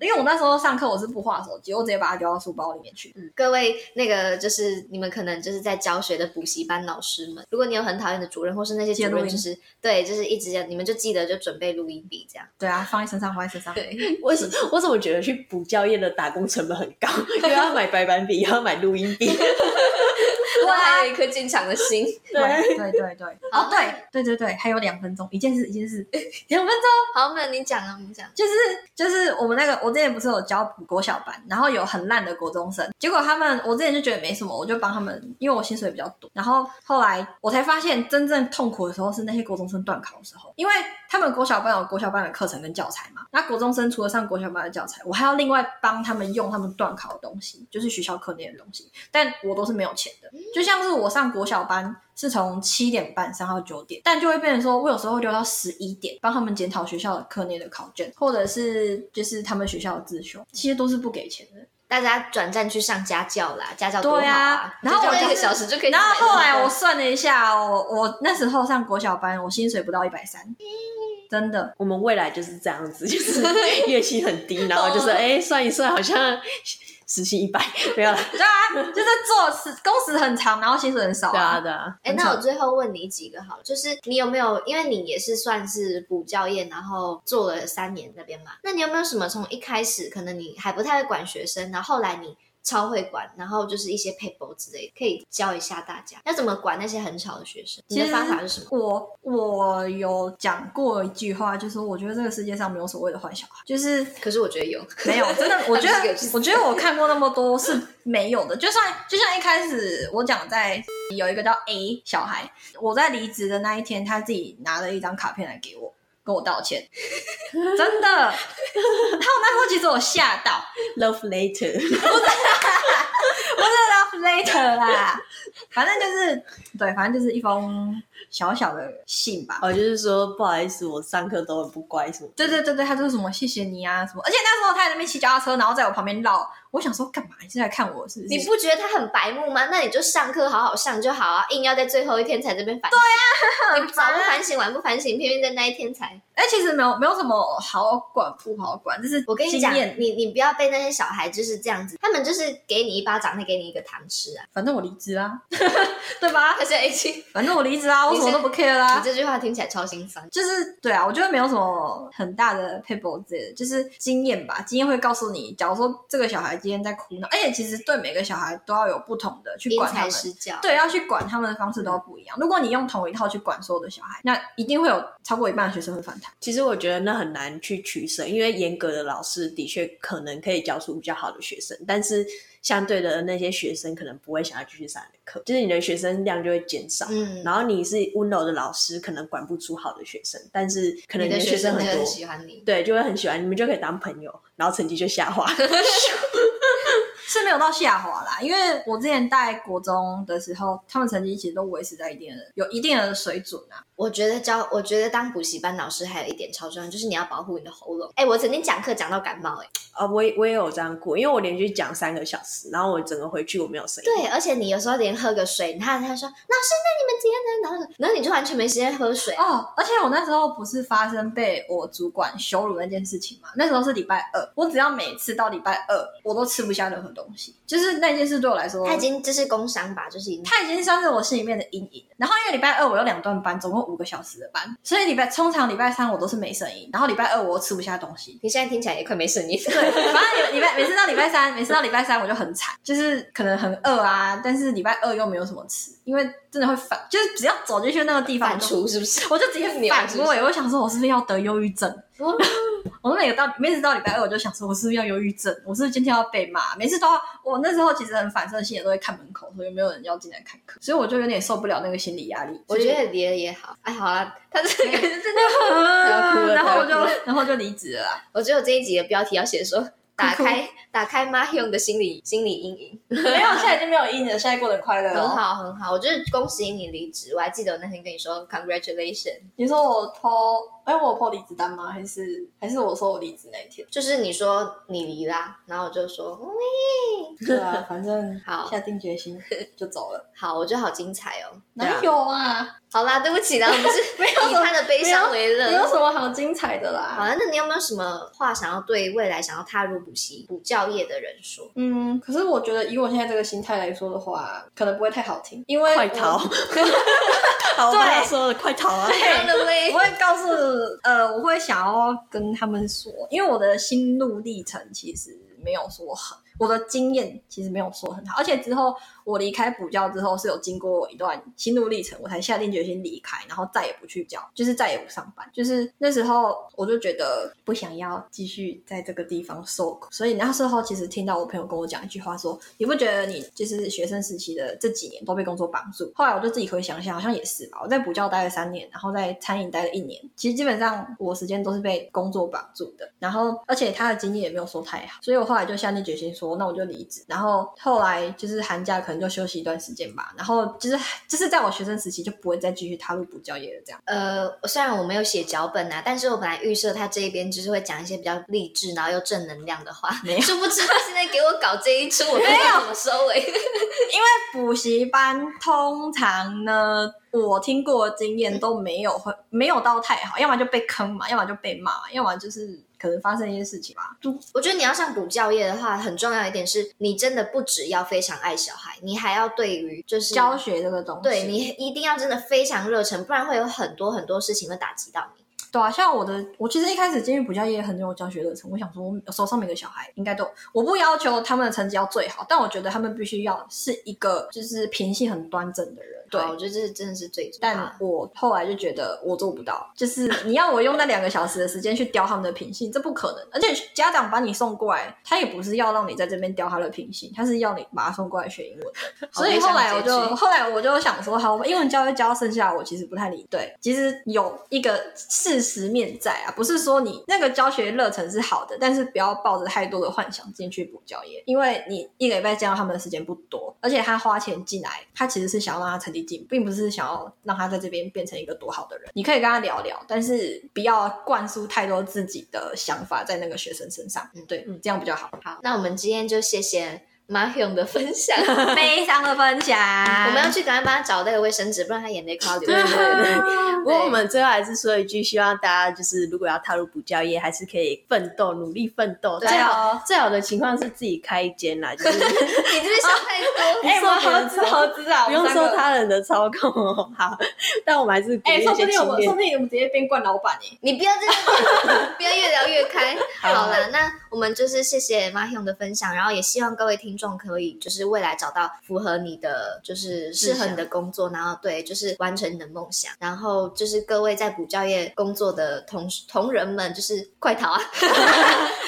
C: 因为我那时候上课我是不划手机，我直接把它丢到书包里面去。
B: 嗯各位，那个就是你们可能就是在教学的补习班老师们，如果你有很讨厌的主任，或是那些
C: 记得
B: 主
C: 录
B: 任
C: 音
B: 就是对，就是一直这样，你们就记得就准备录音笔这样。
C: 对啊，放在身上，放在身上。对，
A: 我 怎我怎么觉得去补教业的打工成本很高， 又要买白板笔，又要买录音笔，
B: 我还 有一颗坚强的心。
A: 对，
C: 对对对，
B: 好
C: 哦对对对对，还有两分钟，一件事一件事， 两分钟。
B: 好，那你讲啊，你讲。
C: 就是就是我们那个，我之前不是有教国小班，然后有很烂的国中生，结果他们我之前就觉得没什么，我就帮他们，因为我薪水比较多。然后后来我才发现，真正痛苦的时候是那些国中生断考的时候，因为他们国小班有国小班的课程跟教材嘛，那国中生除了上国小班的教材，我还要另外帮他们用他们断考的东西，就是学校课内的东西，但我都是没有钱的。就像是我上国小班是从七点半上到九点，但就会变成说我有时候会留到十一点，帮他们检讨学校的课内的考卷，或者是就是他们学校的自修，这些都是不给钱的。
B: 大家转战去上家教啦，家教多好
C: 对啊然后
B: 就
C: 我
B: 这样
C: 就
B: 一个小时就可以。
C: 然后后来我算了一下，我我那时候上国小班，我薪水不到一百三，真的。
A: 我们未来就是这样子， 就是月薪很低，然后就是哎、算一算好像 时薪一百，没有啦，
C: 对啊，就是做时工时很长，然后薪水很少
A: 对啊对啊，
B: 哎、
C: 很
B: 那
C: 少
B: 我最后问你几个好了，就是你有没有，因为你也是算是补教业，然后做了三年那边嘛，那你有没有什么从一开始可能你还不太会管学生，然后后来你超会管，然后就是一些 paper 之类的，可以教一下大家要怎么管那些很吵的学生？你
C: 其
B: 的
C: 实
B: 方法是什么？
C: 我我有讲过一句话，就是我觉得这个世界上没有所谓的坏小孩，就是
B: 可是我觉得有，
C: 没有，真的，我觉
B: 他不是有去
C: 得
B: 死
C: 我觉得我看过那么多是没有的。就算就像一开始我讲在有一个叫 A 小孩，我在离职的那一天，他自己拿了一张卡片来给我。跟我 道歉，真的。然后那时候其实我吓到，
A: love later，
C: 不是 love later 啦，反正就是对，反正就是一封小小的信吧。
A: 哦，就是说不好意思，我上课都很不乖什么，
C: 对对对对，他就是什么谢谢你啊什么，而且那时候他在那边骑脚踏车，然后在我旁边绕，我想说干嘛？你是来看我是不是？
B: 你不觉得他很白目吗？那你就上课好好上就好啊，硬要在最后一天才这边反省。对呀、 你早不反省，晚不反省，偏偏在那一天才。
C: 哎，其实没有没有什么好管不好管，就是
B: 我跟你
C: 经
B: 讲
C: 验，
B: 你你不要被那些小孩就是这样子，他们就是给你一巴掌，再给你一个糖吃啊。
C: 反正我离职啦，对吧？
B: 而且已经，
C: 反正我离职啊啦，我
B: 你
C: 什
B: 是
C: 么都不 care
B: 你
C: 啦。
B: 这句话听起来超心酸。
C: 就是对啊，我觉得没有什么很大的 people 之类的，就是经验吧。经验会告诉你，假如说这个小孩今天在哭闹，而且其实对每个小孩都要有不同的去
B: 因
C: 管他
B: 材
C: 们，
B: 施教，
C: 对，啊要去管他们的方式都要不一样。如果你用同一套去管所有的小孩，那一定会有超过一半的学生会反弹。
A: 其实我觉得那很难去取舍，因为严格的老师的确可能可以教出比较好的学生，但是相对的那些学生可能不会想要继续上你的课，就是你的学生量就会减少。
B: 嗯，
A: 然后你是温柔的老师，可能管不出好的学生，但是可能
B: 你的
A: 学
B: 生
A: 很
B: 会
A: 多，
B: 喜欢你。
A: 对，就会很喜欢，你们就可以当朋友，然后成绩就 下滑。
C: 是没有到下滑啦，因为我之前带国中的时候，他们成绩其实都维持在一定的有一定的水准啊。
B: 我觉得教，我觉得当补习班老师还有一点超重要，就是你要保护你的喉咙。哎，我曾经讲课讲到感冒，哎，
A: 啊，我也我也有这样过，因为我连续讲三个小时，然后我整个回去我没有声音。
B: 对，而且你有时候连喝个水，他他说老师，那你们今天呢？然后然后你就完全没时间喝水啊。
C: 哦，而且我那时候不是发生被我主管羞辱那件事情嘛？那时候是礼拜二，我只要每次到礼拜二，我都吃不下任何东西，就是那件事对我来说，
B: 他已经这是工伤吧，就是已经
C: 它已经算是我心里面的阴影了。然后因为礼拜二我有两段班，总共五个小时的班，所以礼拜通常礼拜三我都是没声音，然后礼拜二我又吃不下东西，
B: 你现在听起来也快没声音。
C: 对，反正礼拜每次到礼拜三，每次到礼拜三我就很惨，就是可能很饿啊，但是礼拜二又没有什么吃，因为真的会反，就是只要走进去那个地方，
B: 反
C: 我就
B: 刍是不是？
C: 我就直接
B: 扭
C: 反
B: 是不是
C: 胃，我想说我是不是要得忧郁症？
B: 哦
C: 我每个到每次到礼拜二，我就想说，我是不是要忧郁症？我是不是今天要被骂？每次都要，我那时候其实很反射性的都会看门口，说有没有人要进来看课，所以我就有点受不了那个心理压 力。
B: 我觉得离了也好，哎，好啦，他这个真的，
A: 要哭了
C: 然后我
A: 不要
C: 就然后就离职了啦。
B: 我觉得我这一集的标题要写说。打开打开妈用的心理心理阴影，
C: 没有，现在已经没有阴影了，现在过得很快乐、
B: 很。好很好，我就是恭喜你离职。我还记得我那天跟你说 congratulation，
C: 你说我偷，哎、我有破离职单吗？还是还是我说我离职那 一天？
B: 就是你说你离啦，然后我就说喂，
C: 对啊，反正
B: 好
C: 下定决心就走了。
B: 好，我觉得好精彩哦。
A: 对啊
C: 哪有啊？
B: 好啦，对不起啦，我们是 以他的悲伤为
C: 没有
B: 乐。
C: 什么好精彩的啦。
B: 啊好啊了，那你有没有什么话想要对未来想要踏入补习补教业的人说？
C: 嗯，可是我觉得以我现在这个心态来说的话，可能不会太好听，因为
A: 快
C: 我
A: 逃 逃吧，他说了，快逃 啊！
B: 看了
C: 我
B: 喂，
C: 会告诉呃，我会想要跟他们说，因为我的心路历程其实没有说很，我的经验其实没有说很好，而且之后我离开补教之后是有经过一段心路历程，我才下定决心离开，然后再也不去教，就是再也不上班，就是那时候我就觉得不想要继续在这个地方受苦，所以那时候其实听到我朋友跟我讲一句话说，你不觉得你就是学生时期的这几年都被工作绑住？后来我就自己回想一下，好像也是吧。我在补教待了三年，然后在餐饮待了一年，其实基本上我时间都是被工作绑住的。然后，而且他的经验也没有说太好，所以我后来就下定决心说，那我就离职。然后后来就是寒假可能就休息一段时间吧。然后就是就是在我学生时期就不会再继续踏入补教业了，这样。
B: 呃，虽然我没有写脚本啊，但是我本来预设他这一边就是会讲一些比较励志，然后又正能量的话，
C: 没有
B: 殊不知他现在给我搞这一出，我不知道怎么收尾。
C: 补习班通常呢，我听过的经验都没有会没有到太好，要么就被坑嘛，要么就被骂，要么就是可能发生一些事情吧。
B: 我觉得你要上补教业的话，很重要一点是你真的不只要非常爱小孩，你还要对于就是
C: 教学这个东西，
B: 对你一定要真的非常热忱，不然会有很多很多事情会打击到你。
C: 对啊，像我的，我其实一开始进入补教业很有教学热忱，我想说，我手上每个小孩应该都有，我不要求他们的成绩要最好，但我觉得他们必须要是一个就是品性很端正的人。对
B: 好，我觉得这真的是最重要的
C: 但我后来就觉得我做不到，就是你要我用那两个小时的时间去雕他们的品性，这不可能。而且家长把你送过来，他也不是要让你在这边雕他的品性，他是要你把他送过来学英文的。
B: 好
C: 所以后来我
B: 悲伤结局
C: 就后来我就想说，好，我英文教就教，剩下我其实不太理。对，其实有一个事实面在啊，不是说你那个教学热忱是好的，但是不要抱着太多的幻想进去补教业，因为你一个礼拜见到他们的时间不多，而且他花钱进来，他其实是想要让他成绩进步，并不是想要让他在这边变成一个多好的人。你可以跟他聊聊，但是不要灌输太多自己的想法在那个学生身上，嗯对，这样比较好。
B: 好，那我们今天就谢谢 马勇的分享。
C: 悲伤的分享，
B: 我
C: 我
B: 们要去赶快帮他找那个卫生纸，不然他眼 泪快要流
A: 对
B: 出来
A: 对
B: 了。
A: 对。不过我们最后还是说一句，希望大家就是如果要踏入补教业，还是可以奋斗，努力奋斗。
B: 对
A: 最
B: 啊
A: 好最好的情况是自己开一间啦，就
B: 你
A: 是
B: 这边想太多。
A: 哎我们合资合
C: 资啊
A: 不用受他人的操控哦。好，但我们还是鼓
C: 哎、
A: 励
C: 说
A: 一
C: 不
A: 些
C: 定我
A: 青
C: 们，说
A: 年
C: 不。定我们直接变冠老板 哎、
B: 你不要这样，不要越聊越开。
A: 好
B: 好了，那我们就是谢谢马勇的分享，然后也希望各位听众可以就是未来找到符合你的，就是适合你的工作，然后对，就是完成你的梦想。然后就是各位在补教业工作的同同仁们，就是快逃啊！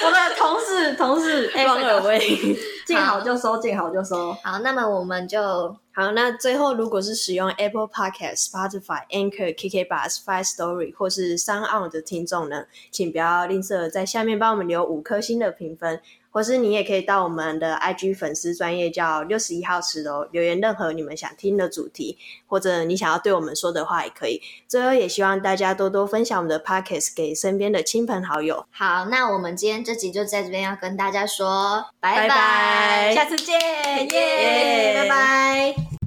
C: 我的同事同事，哎、
A: 望而为。
C: 见好就收，见好就收。
B: 好，那么我们就
A: 好，那最后如果是使用 Apple Podcast、Spotify、Anchor、KK Bus、Five Story 或是 s o n On 的听众呢，请不要吝啬在下面帮我们留五颗星的评分，或是你也可以到我们的 IG 粉丝专业叫六十一号十楼留言任何你们想听的主题，或者你想要对我们说的话也可以。最后也希望大家多多分享我们的 Podcast 给身边的亲朋好友。
B: 好，那我们今天这集就在这边要跟大家说拜
A: 拜拜
B: 拜
C: 下次见，耶，
A: 耶
C: 拜拜。